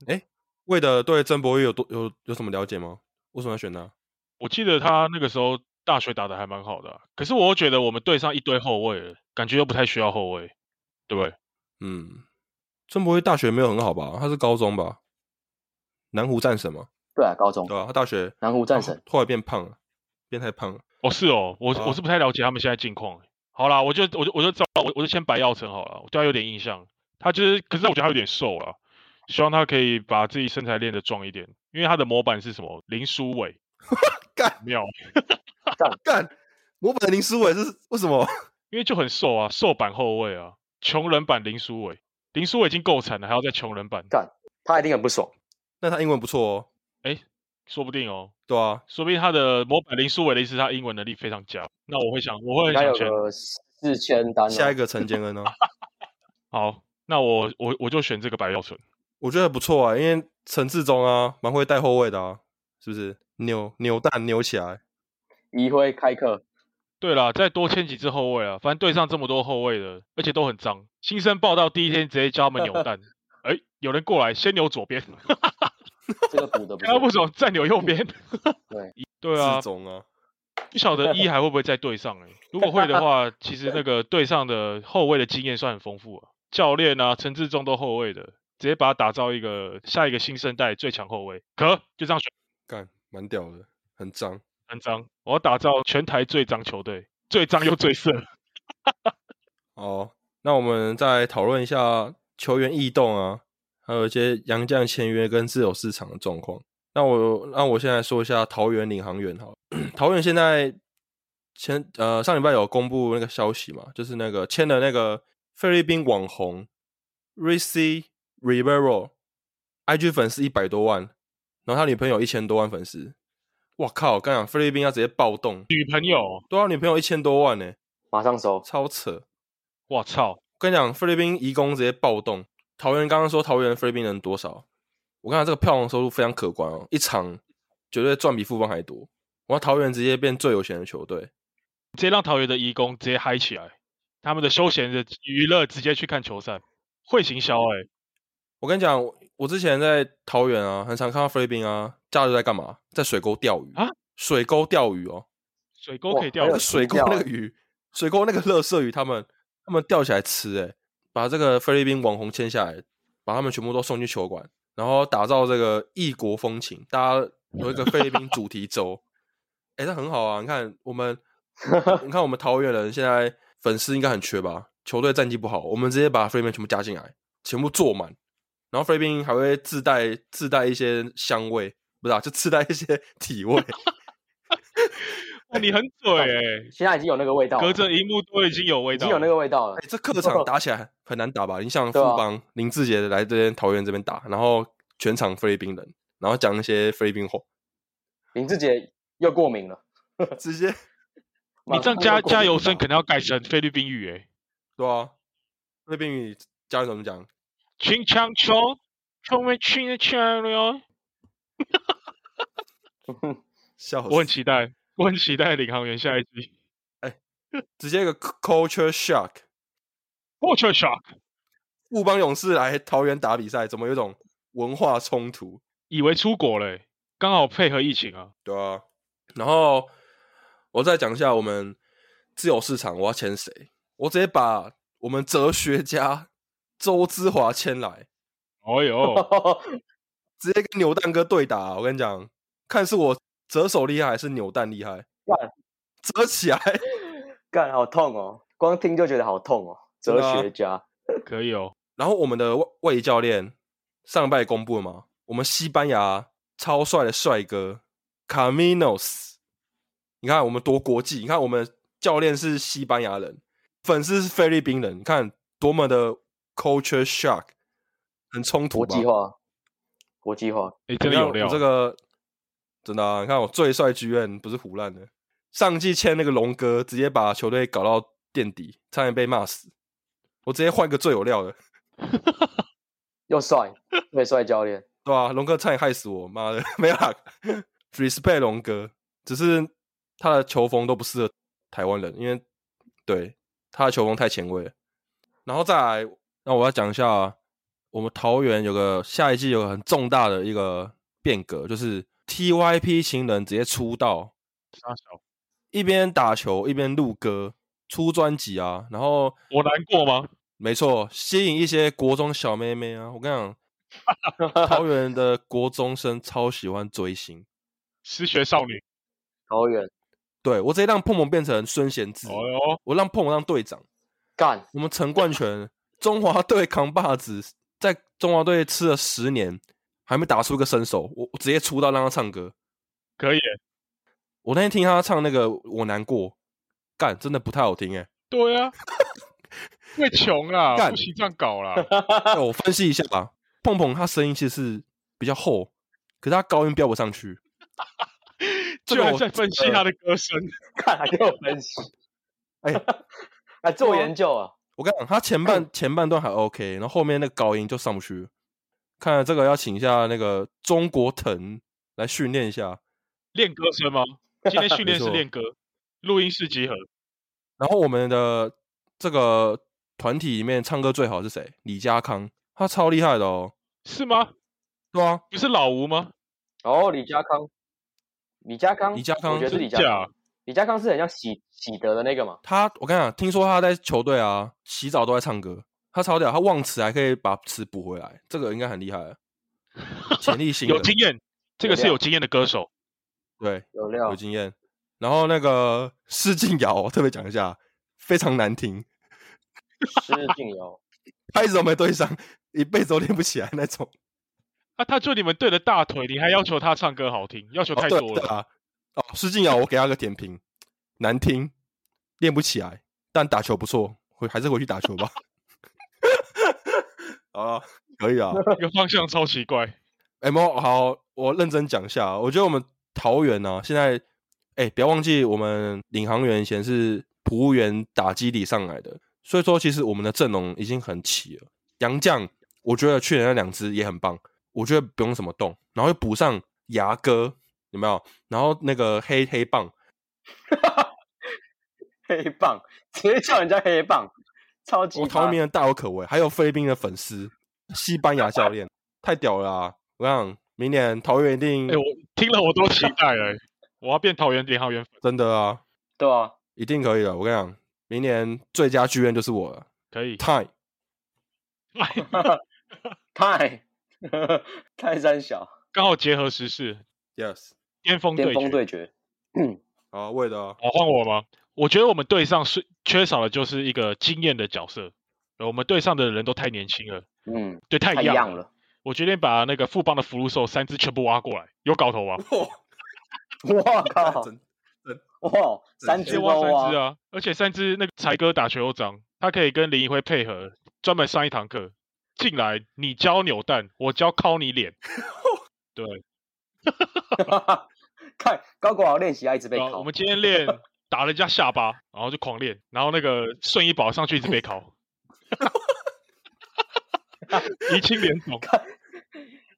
A: 耶、
C: 魏的对郑博玉有多有有什么了解吗？为什么要选他？
A: 我记得他那个时候大学打的还蛮好的啊、可是我又觉得我们队上一堆后卫了，感觉又不太需要后卫，对不对？
C: 嗯，郑博玉大学没有很好吧？他是高中吧？南湖战神嘛，
B: 对啊，高中
C: 对吧、他大学
B: 南湖战神，
C: 后来变胖了，变太胖了。
A: 哦，是哦，我是
C: 哦，
B: 啊
A: 我是不太了解他们现在近况。好啦，我就我就我就照我我就先白耀成好了，我对他有点印象。他就是，可是我觉得他有点瘦了，希望他可以把自己身材练得壮一点，因为他的模板是什么？林书伟
C: 干
A: 妙，
C: 干，我本来林书伟是为什么？
A: 因为就很瘦啊，瘦版后卫啊，穷人版林书伟，林书伟已经够惨了，还要再穷人版，
B: 他一定很不爽。
C: 那他英文不错哦，
A: 说不定哦，
C: 对啊，
A: 说不定他的模板林书伟的意思，他英文能力非常佳。那我会想，我会很
B: 应该
A: 想
B: 有
A: 选。
B: 个四千单、啊。
C: 下一个陈建恩哦呢、
A: 好，那我我我就选这个白耀纯。
C: 我觉得不错啊，因为陈志忠啊，蛮会带后卫的啊，是不是？扭扭蛋扭起来，
B: 一辉开课，
A: 对啦，再多签几支后卫啊，反正队上这么多后卫的，而且都很脏。新生报道第一天直接教他们扭蛋，哎，有人过来先扭左 边，
B: 这个补的不
A: 看 他不
B: 错。
A: 爽再扭右边。
B: 对
A: 对啊
C: 志，忠啊，
A: 不晓得一还会不会在队上 哎、如果会的话，其实那个队上的后卫的经验算很丰富啊，教练啊、陈志忠都后卫的，直接把他打造一个下一个新生代最强后卫，可就这样选。
C: 干蛮屌的，很脏。
A: 很脏，我要打造全台最脏球队，最脏又最色。
C: 哦，那我们再讨论一下球员异动啊，还有一些洋将签约跟自由市场的状况。那我那我现在说一下桃园领航员好了， 桃园现在前呃上礼拜有公布那个消息嘛，就是那个签了那个菲律宾网红 Ricky Rivero，IG 粉丝一百多万，然后他女朋友一千多万粉丝，哇靠！我跟你讲，菲律宾要直接暴动，
A: 女朋友，
C: 对啊，女朋友一千多万呢、
B: 马上收。
C: 超扯。
A: 我操，
C: 跟你讲，菲律宾移工直接暴动。桃园刚刚说桃园菲律宾人多少？我看到这个票房收入非常可观哦，一场绝对赚比富邦还多。我要桃园直接变最有钱的球队，
A: 直接让桃园的义工直接嗨起来，他们的休闲的娱乐直接去看球赛，会行销哎、
C: 我跟你讲，我我之前在桃园啊，很常看到菲律宾啊，假日在干嘛？在水沟钓鱼
A: 啊，
C: 水沟钓鱼哦，
A: 水沟
B: 哇
A: 可以钓
B: 还
A: 鱼
B: 有
C: 那，水沟
B: 钓
C: 那
B: 欸
C: 个鱼，水沟那个乐色鱼，他们他们钓起来吃、欸，把这个菲律宾网红签下来，把他们全部都送去球馆，然后打造这个异国风情，大家有一个菲律宾主题周，哎、那很好啊！你看我们，你看我们桃园人现在粉丝应该很缺吧？球队战绩不好，我们直接把菲律宾全部加进来，全部坐满，然后菲律宾还会自带自带一些香味，不是啊，就自带一些 体味。
A: 哇你很嘴哎、
B: 现在已经有那个味道了，
A: 隔着荧幕都已经有味
B: 已
A: 道
B: 经
A: 了，
B: 有那个味道了
C: 哎、。这客场打起来很难打吧？你像富
B: 对啊
C: 邦、林志杰来这边桃园这边打，然后全场菲律宾人，然后讲一些菲律宾话，
B: 林志杰又过敏了。
C: 直接
A: 你这样
B: 马上
A: 加
B: 又过敏
A: 加油
B: 了
A: 声可能要改成菲律宾语哎、
C: 对啊，菲律宾语教你怎么讲？
A: 群枪球，冲门群的枪了，
C: 笑死！
A: 我很期待，我很期待领航员下一季。
C: 直接一个 culture shock，
A: Culture shock，
C: 富邦勇士来桃园打比赛，怎么有一种文化冲突？
A: 以为出国了欸、刚好配合疫情啊。
C: 对啊，然后我再讲一下我们自由市场我要签谁，我直接把我们哲学家周之华签来，
A: 哦 呦，
C: 直接跟扭蛋哥对打、啊我跟你讲，看是我折手厉害还是扭蛋厉害
B: 干，
C: 折起来。
B: 干好痛哦，光听就觉得好痛哦。
C: 真
B: 哲
C: 的啊
B: 学家，
A: 可以哦。
C: 然后我们的外外籍教练上拜公布了嘛，我们西班牙超帅的帅哥 Caminos，你看我们多国际，你看我们教练是西班牙人，粉丝是菲律宾人，你看多么的 culture shock，很冲突
B: 国
C: 吧
B: 际化，国际化，
A: 哎、
C: 你
A: 真的
C: 看
A: 有
C: 我
A: 料。
C: 这个真的、啊，你看我最帅剧院不是胡乱的，上季签那个龙哥，直接把球队搞到垫底，差点被骂死。我直接换个最有料的，
B: 又帅，又帅教练，
C: 对啊，龙哥差点害死我，妈的， 没有啦 respect 龙哥，只是他的球风都不适合台湾人，因为对他的球风太前卫了。然后再来，那我要讲一下，我们桃园有个下一季有个很重大的一个变革，就是 TYP 情人直接出道，
A: 傻小
C: 一边打球一边录歌、出专辑啊，然后
A: 我难过吗？
C: 没错，吸引一些国中小妹妹啊。我跟你讲，桃园的国中生超喜欢追星。
A: 失学少女。
B: 桃园
C: 对我直接让碰碰变成孙贤志，
A: 哦呦，
C: 我让碰碰当队长，
B: 干，
C: 我们陈冠权中华队扛把子，在中华队吃了十年，还没打出一个身手，我我直接出道让他唱歌。
A: 可以欸。
C: 我那天听他唱那个《我难过》，干真的不太好听哎、
A: 对 啊，会穷啦，
C: 干
A: 不行这样搞 啦。
C: 哎我分析一下吧，碰碰他声音其实是比较厚，可是他高音飙不上去。这
A: 居
C: 个
A: 然
C: 我
A: 在分析
C: 呃
A: 他的歌声，
B: 看还给我分 析，
C: 哎
B: 还做研究啊，
C: 我跟你讲，他前半前半段还 OK，然后后面那个高音就上不去了。看来这个要请一下那个中国腾来训练一下。
A: 练歌声吗？今天训练是
C: 错
A: 练歌，录音室集合。
C: 然后我们的这个团体里面唱歌最好是谁？李佳康，他超厉害的哦。
A: 是吗？
C: 对啊，
A: 不是老吴吗？
B: 哦，李佳康，李佳康，
C: 李佳
B: 我
C: 康
B: 觉得是
A: 真
B: 李佳
A: 假
B: 康，？李佳康是很像喜喜德的那个嘛，
C: 他我跟你讲，听说他在球队啊洗澡都在唱歌，他超屌，他忘词还可以把词补回来，这个应该很厉害了。潜力新
A: 有
C: 人
A: 经验，这
B: 有
A: 个是
B: 料
A: 有经验的歌手。
C: 对
B: 有料
C: 有，经验。然后那个施静瑶，我特别讲一下，非常难听。
B: 施静瑶，
C: 拍子都没对上，一辈子都练不起来那种。
A: 啊，他就你们队的大腿，你还要求他唱歌好听，要求
C: 哦
A: 太
C: 对
A: 多
C: 对
A: 了。
C: 啊！哦，施静瑶，我给他个点评，难听，练不起来，但打球不错，回还是回去打球吧。 啊，可以啊。
A: 一个方向超奇怪，
C: 哎、莫好，我认真讲一下啊，我觉得我们桃园呢、现在，哎、不要忘记我们领航员以前是服务员打基底上来的，所以说其实我们的阵容已经很齐了。杨将，我觉得去年那两支也很棒，我觉得不用什么动，然后又补上牙哥，有没有？然后那个黑黑棒，
B: 黑棒，直接叫人家黑棒，超级
A: 哦
C: 我桃园人大有可为，还有菲律宾的粉丝，西班牙教练，太屌了、啊！我想明年桃园一 定
A: 哎、我听了我都期待了欸、我要变桃园领航员粉，
C: 真的啊。
B: 对啊，
C: 一定可以的。我跟你讲，明年最佳剧院就是我了。
A: 可以。
C: Time，
B: 太 泰山小
A: 刚好结合时事，
C: yes，
A: 巅峰
B: 巅
A: 对
B: 峰
A: 决。
B: 对决，
C: 啊，为的、
B: 哦
C: 啊，
A: 好，换我吗？我觉得我们队上是缺少的就是一个经验的角色，呃我们队上的人都太年轻了，
B: 嗯，
A: 对，太
B: 太
A: 样
B: 样了，
A: 我决定把那个富邦的福禄寿三只全部挖过来，有搞头吧？
B: 我靠，
C: 真
B: 哇，三
C: 直
A: 直接
B: 只
A: 挖
B: 猫
A: 三只
B: 啊，
A: 啊！而且三只那个才哥打球又脏，他可以跟林一辉配合，专门上一堂课进来，你教扭蛋，我教敲你脸。对，
B: 看高国豪练习啊，一直被
A: 然后
B: 考
A: 我们，今天练打人家下 巴，然后就狂练，然后那个顺一宝上去一直被 敲，一清连总。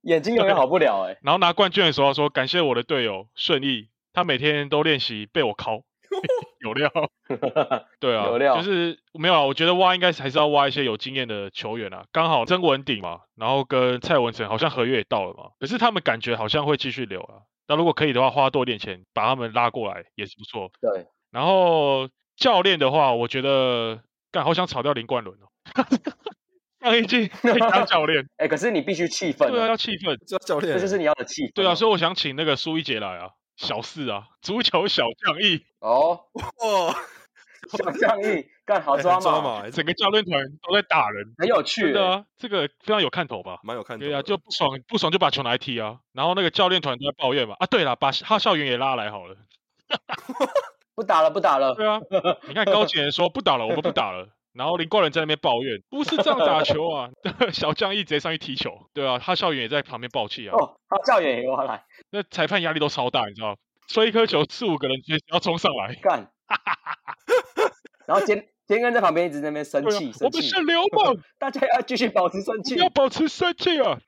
B: 眼睛永
A: 啊
B: 远好不了哎、
A: 然后拿冠军的时候说感谢我的队友顺义，他每天都练习被我敲。有料，对啊，
B: 有料
A: 就是没有啊。我觉得挖应该还是要挖一些有经验的球员啊。刚好曾文鼎嘛，然后跟蔡文成好像合约也到了嘛，可是他们感觉好像会继续留啊。那如果可以的话，花多点钱把他们拉过来也是不错。
B: 对，
A: 然后教练的话，我觉得干好想炒掉林冠伦哦， 上一季被当教 练，
B: 哎、可是你必须气氛、
A: 对啊，要气氛。
C: 这教练
B: 这就是你要的气氛、哦
A: 对啊，所以我想请那个苏一杰来啊，小四啊， 足球小将 一，
B: 哦，
C: 哇，
B: 小将义干好哦抓
C: 哎很抓
B: 嘛，
C: 嘛，还是
A: 整个教练团都在打人，
B: 很有趣、
A: 真
B: 欸
A: 的啊，这个非常有看头吧？
C: 蛮有看头的。
A: 对啊，就不爽不爽就把球拿来踢啊，然后那个教练团都在抱怨嘛，啊对了，把哈校园也拉来好了，
B: 不打了，不打了，
A: 对啊，你看高景言 说不打了，我们不打了。然后林冠伦在那边抱怨，不是这样打球啊！ 小将一直接上去踢球，对啊，哈校园也在旁边爆气啊，
B: 哦，他教员也要来
A: 那裁判压力都超大，你知道，吹一颗球四五个人直接要冲上来，
B: 干，然后天天根在旁边一直在那边生
A: 对啊，我
B: 气，生
A: 们
B: 气
A: 是，流氓，
B: 大家要继续保持生
A: 我
B: 气
A: 们，要保持生气 啊！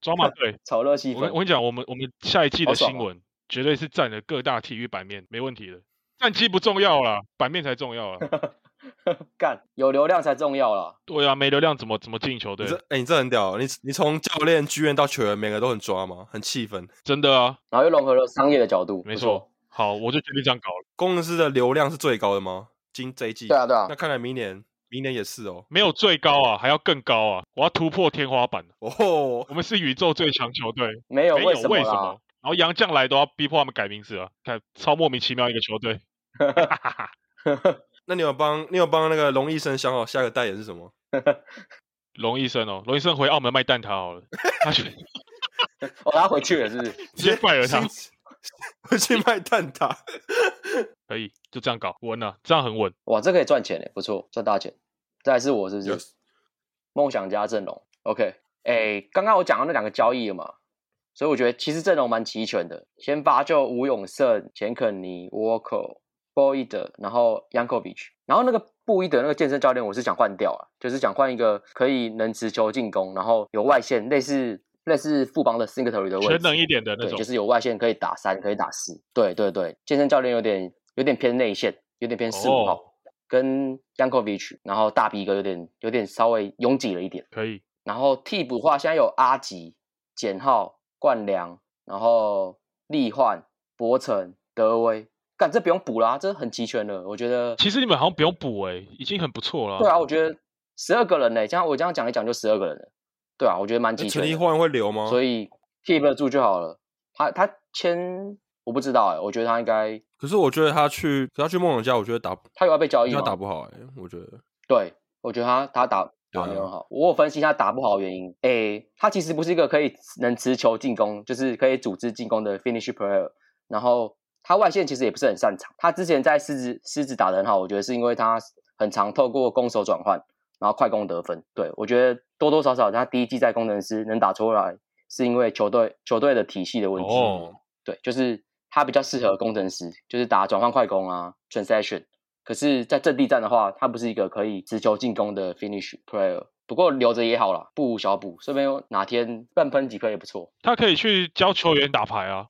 A: 抓马队，
B: 炒热气
A: 我跟
B: 氛
A: 我。跟你讲，我们我们下一季的
B: 好爽
A: 新
B: 哦
A: 闻绝对是占了各大体育版面，没问题的。战绩不重要啦，版面才重要啊 啦。
B: 干，有流量才重要啦。
A: 对啊，没流量怎么怎么进球？
C: 你
A: 对
C: 这，哎、你这很屌，你你从教练、剧院到球员，每个都很抓嘛，很气氛。
A: 真的啊，
B: 然后又融合了商业的角度，
A: 没
B: 不
A: 错。。好，我就决定这样搞了。
C: 工程师的流量是最高的吗？今这一季？
B: 对啊，对啊
C: 那，看来明年明年也是哦。
A: 没有最高啊，还要更高啊！我要突破天花板。
C: 哦，
A: 我们是宇宙最强球队，
B: 没有
A: 没有
B: 什
A: 为什
B: 啦
A: 么？？然后杨将来都要逼迫他们改名字啊！看，超莫名其妙一个球队。
C: 那你有帮你有帮那个龙医生想好下个代言是什么？
A: 龙医生哦，龙医生回澳门卖蛋挞 好了，他去直
B: 哦，他回去了，是不是？
A: 接拜了他，
C: 新，回去 卖蛋挞。
A: 可以就这样搞，稳了，这样很稳。
B: 哇，这可以赚钱欸嘞，不错，赚大钱。再来是我，是不是
C: Yes
B: 梦想家阵容，OK。哎，刚刚我讲到那两个交易了嘛，所以我觉得其实阵容蛮齐全的。先发就吴永胜、钱肯尼、Walker、Boyd，然后 Yankovic，然后那个布伊德那个健身教练，我是想换掉啊，就是想换一个可以能持球进攻，然后有外线，类似类似富邦的 Singletary 的位置，
A: 全能一点的那
B: 对，
A: 种
B: 就，是有外线可以打三，可以打四。对对对，健身教练有点有点偏内线，有点偏四五
A: 哦
B: 号，跟 Yankovic，然后大逼哥有点有点稍微拥挤了一点。
A: 可以。
B: 然后替补的话，现在有阿吉、简浩、冠良，然后立焕、博成、德威，干这不用补啦、这很齐全了，我觉得。
A: 其实你们好像不用补哎、已经很不错了。
B: 对啊，我觉得十二个人呢、这样我这样讲一讲就十二个人了。对啊，我觉得蛮
C: 那
B: 齐全
C: 陈
B: 的。
C: 立焕会留吗？
B: 所以 keep 得住就好了。他他签我不知道哎、我觉得他应该
C: 可是我觉得他去，可他去梦想家，我觉得打
B: 他有要被交易
C: 他
B: 吗？
C: 打不好哎、我觉 得
B: 对，我觉得他他打
C: 对
B: 打
C: 啊
B: 没有很好。我有分析他打不好的原因，哎、他其实不是一个可以能持球进攻，就是可以组织进攻的 finish player。然后他外线其实也不是很擅长。他之前在狮子狮子打得很好，我觉得是因为他很常透过攻守转换，然后快攻得分。对我觉得多多少少他第一季在工程师能打出来，是因为球队球队的体系的问题。
A: 哦，
B: 对，就是他比较适合工程师，就是打转换快攻啊，transaction。可是，在阵地战的话，他不是一个可以持球进攻的 finish player。不过留着也好啦，不无小补，顺便哪天乱喷几颗也不错。
A: 他可以去教球员打牌啊，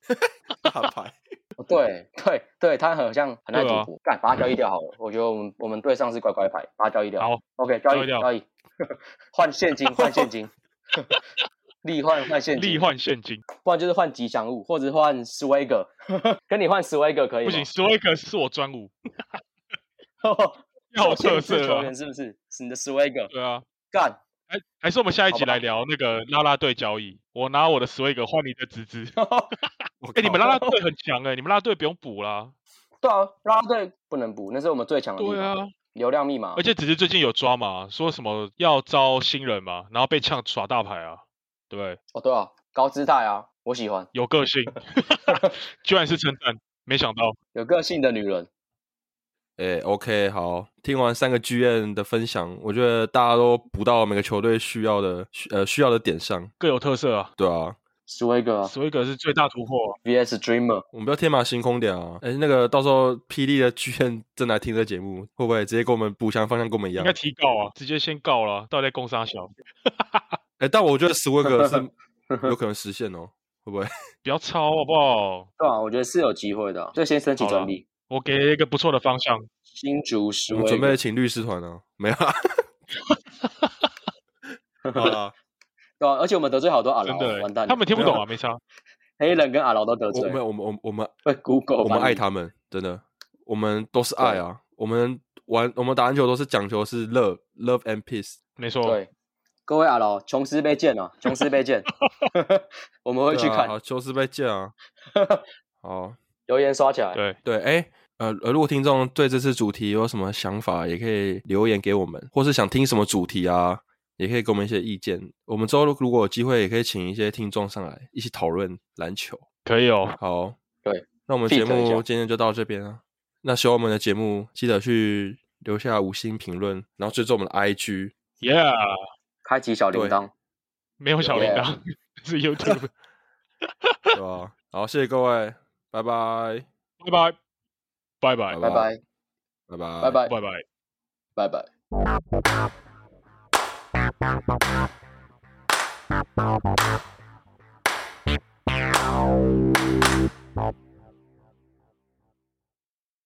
C: 大牌
B: 哦对对对，他好像很爱赌
A: 对啊
B: 博，干、把他交易掉好了。我觉得我们我们队上是啊乖乖牌，把他交易掉。
A: 好
B: ，OK，交
A: 交
B: 易
A: 易掉
B: 交易， 换现金换现 金，立换换现金，
A: 力换现金。
B: 不然就是换吉祥物，或者 换 swagger，跟你换 swagger 可以
A: 不
B: 吗？
A: 行 s w a g 是我专武，要有
B: 好
A: 特
B: 球
A: 色啊
B: 员。是不是？是你的 swagger
A: 对啊，
B: 干，
A: 还还是我们下一集
B: 好吧
A: 来聊那个啦啦队交易。我拿我的 s w a g 换你的芝 芝。
C: 我
A: 哎，你们啦
C: 靠
A: 啦队很强哎，你们啦啦队不用补啦。
B: 对啊，拉拉队不能补，那是我哦们最强的密
A: 对
B: 码，
A: 啊，
B: 流量密码
A: 而。且只是最近有抓嘛，说什么要招新人嘛，然后被呛耍大牌啊，对不对？
B: 哦，对啊，高姿态啊，我喜欢
A: 有 个性， 居然是称赞，没想到。
B: 有个性的女人。
C: 诶 o k 哎好，听完三个剧院的分享，我觉得大家都补到每个球队需要的需呃需要的点上，
A: 各有特色啊
C: 对啊，
B: swagger 啊
A: s w a g 是最大突破啊、
B: vs dreamer，
C: 我们不要天马行空点啊，诶，那个到时候霹雳的剧院正来听这个节目，会不会直接跟我们补强方向跟我们一
A: 应
C: 样
A: 该？提告啊，直接先告了，到底在攻杀小，
C: 诶，哎但我觉得 Swag 是有可能实 现哦，会不会？
A: 不要抄好不好？
B: 对啊，我觉得是有机会的啊、就先申请专利。
A: 我给了一个不错的方向。
B: 新竹十
C: 我
B: 位
C: 们准备请律师团啊，没有啊。 好啦，
B: 对啊而且我们得罪好多阿
A: 真
B: 劳，
A: 的
B: 完蛋
A: 欸，
B: 了，
A: 他们听不懂
C: 没
A: 啊，没差。
B: 黑人跟阿劳都得
C: 我
B: 罪
C: 们，我们我们我们
B: 被 Google
C: 我们
B: 翻
C: 爱
B: 译，
C: 他们，真的，我们都是爱啊。我们玩我们打篮球都是讲求是 love love and peace。
A: 没错，
B: 对。各位阿劳，琼斯被见了，琼斯被 见，我们会去
C: 对啊
B: 看
C: 好，休斯被 见啊。好，
B: 留言刷起来。
A: 对，
C: 对，哎。呃，呃如果听众对这次主题有什么想法，也可以留言给我们，或是想听什么主题啊，也可以给我们一些意见。我们之后如果有机会，也可以请一些听众上来一起讨论篮球。
A: 可以哦。
C: 好，
B: 对，
C: 那我们
B: feat
C: 节
B: 一
C: 目
B: 下
C: 今天就到这边啊。那喜欢我们的节目，记得去留下五星评论，然后追踪我们的 IG。
A: Yeah，
B: 开启小铃
C: 对
B: 铛，
A: 没有小铃 铛，是 YouTube。
C: 对吧？好，谢谢各位，拜拜，
A: 拜拜，拜拜，
B: 拜拜，
C: 拜拜，
B: 拜拜，
A: 拜拜。
B: 拜拜。
D: Bye.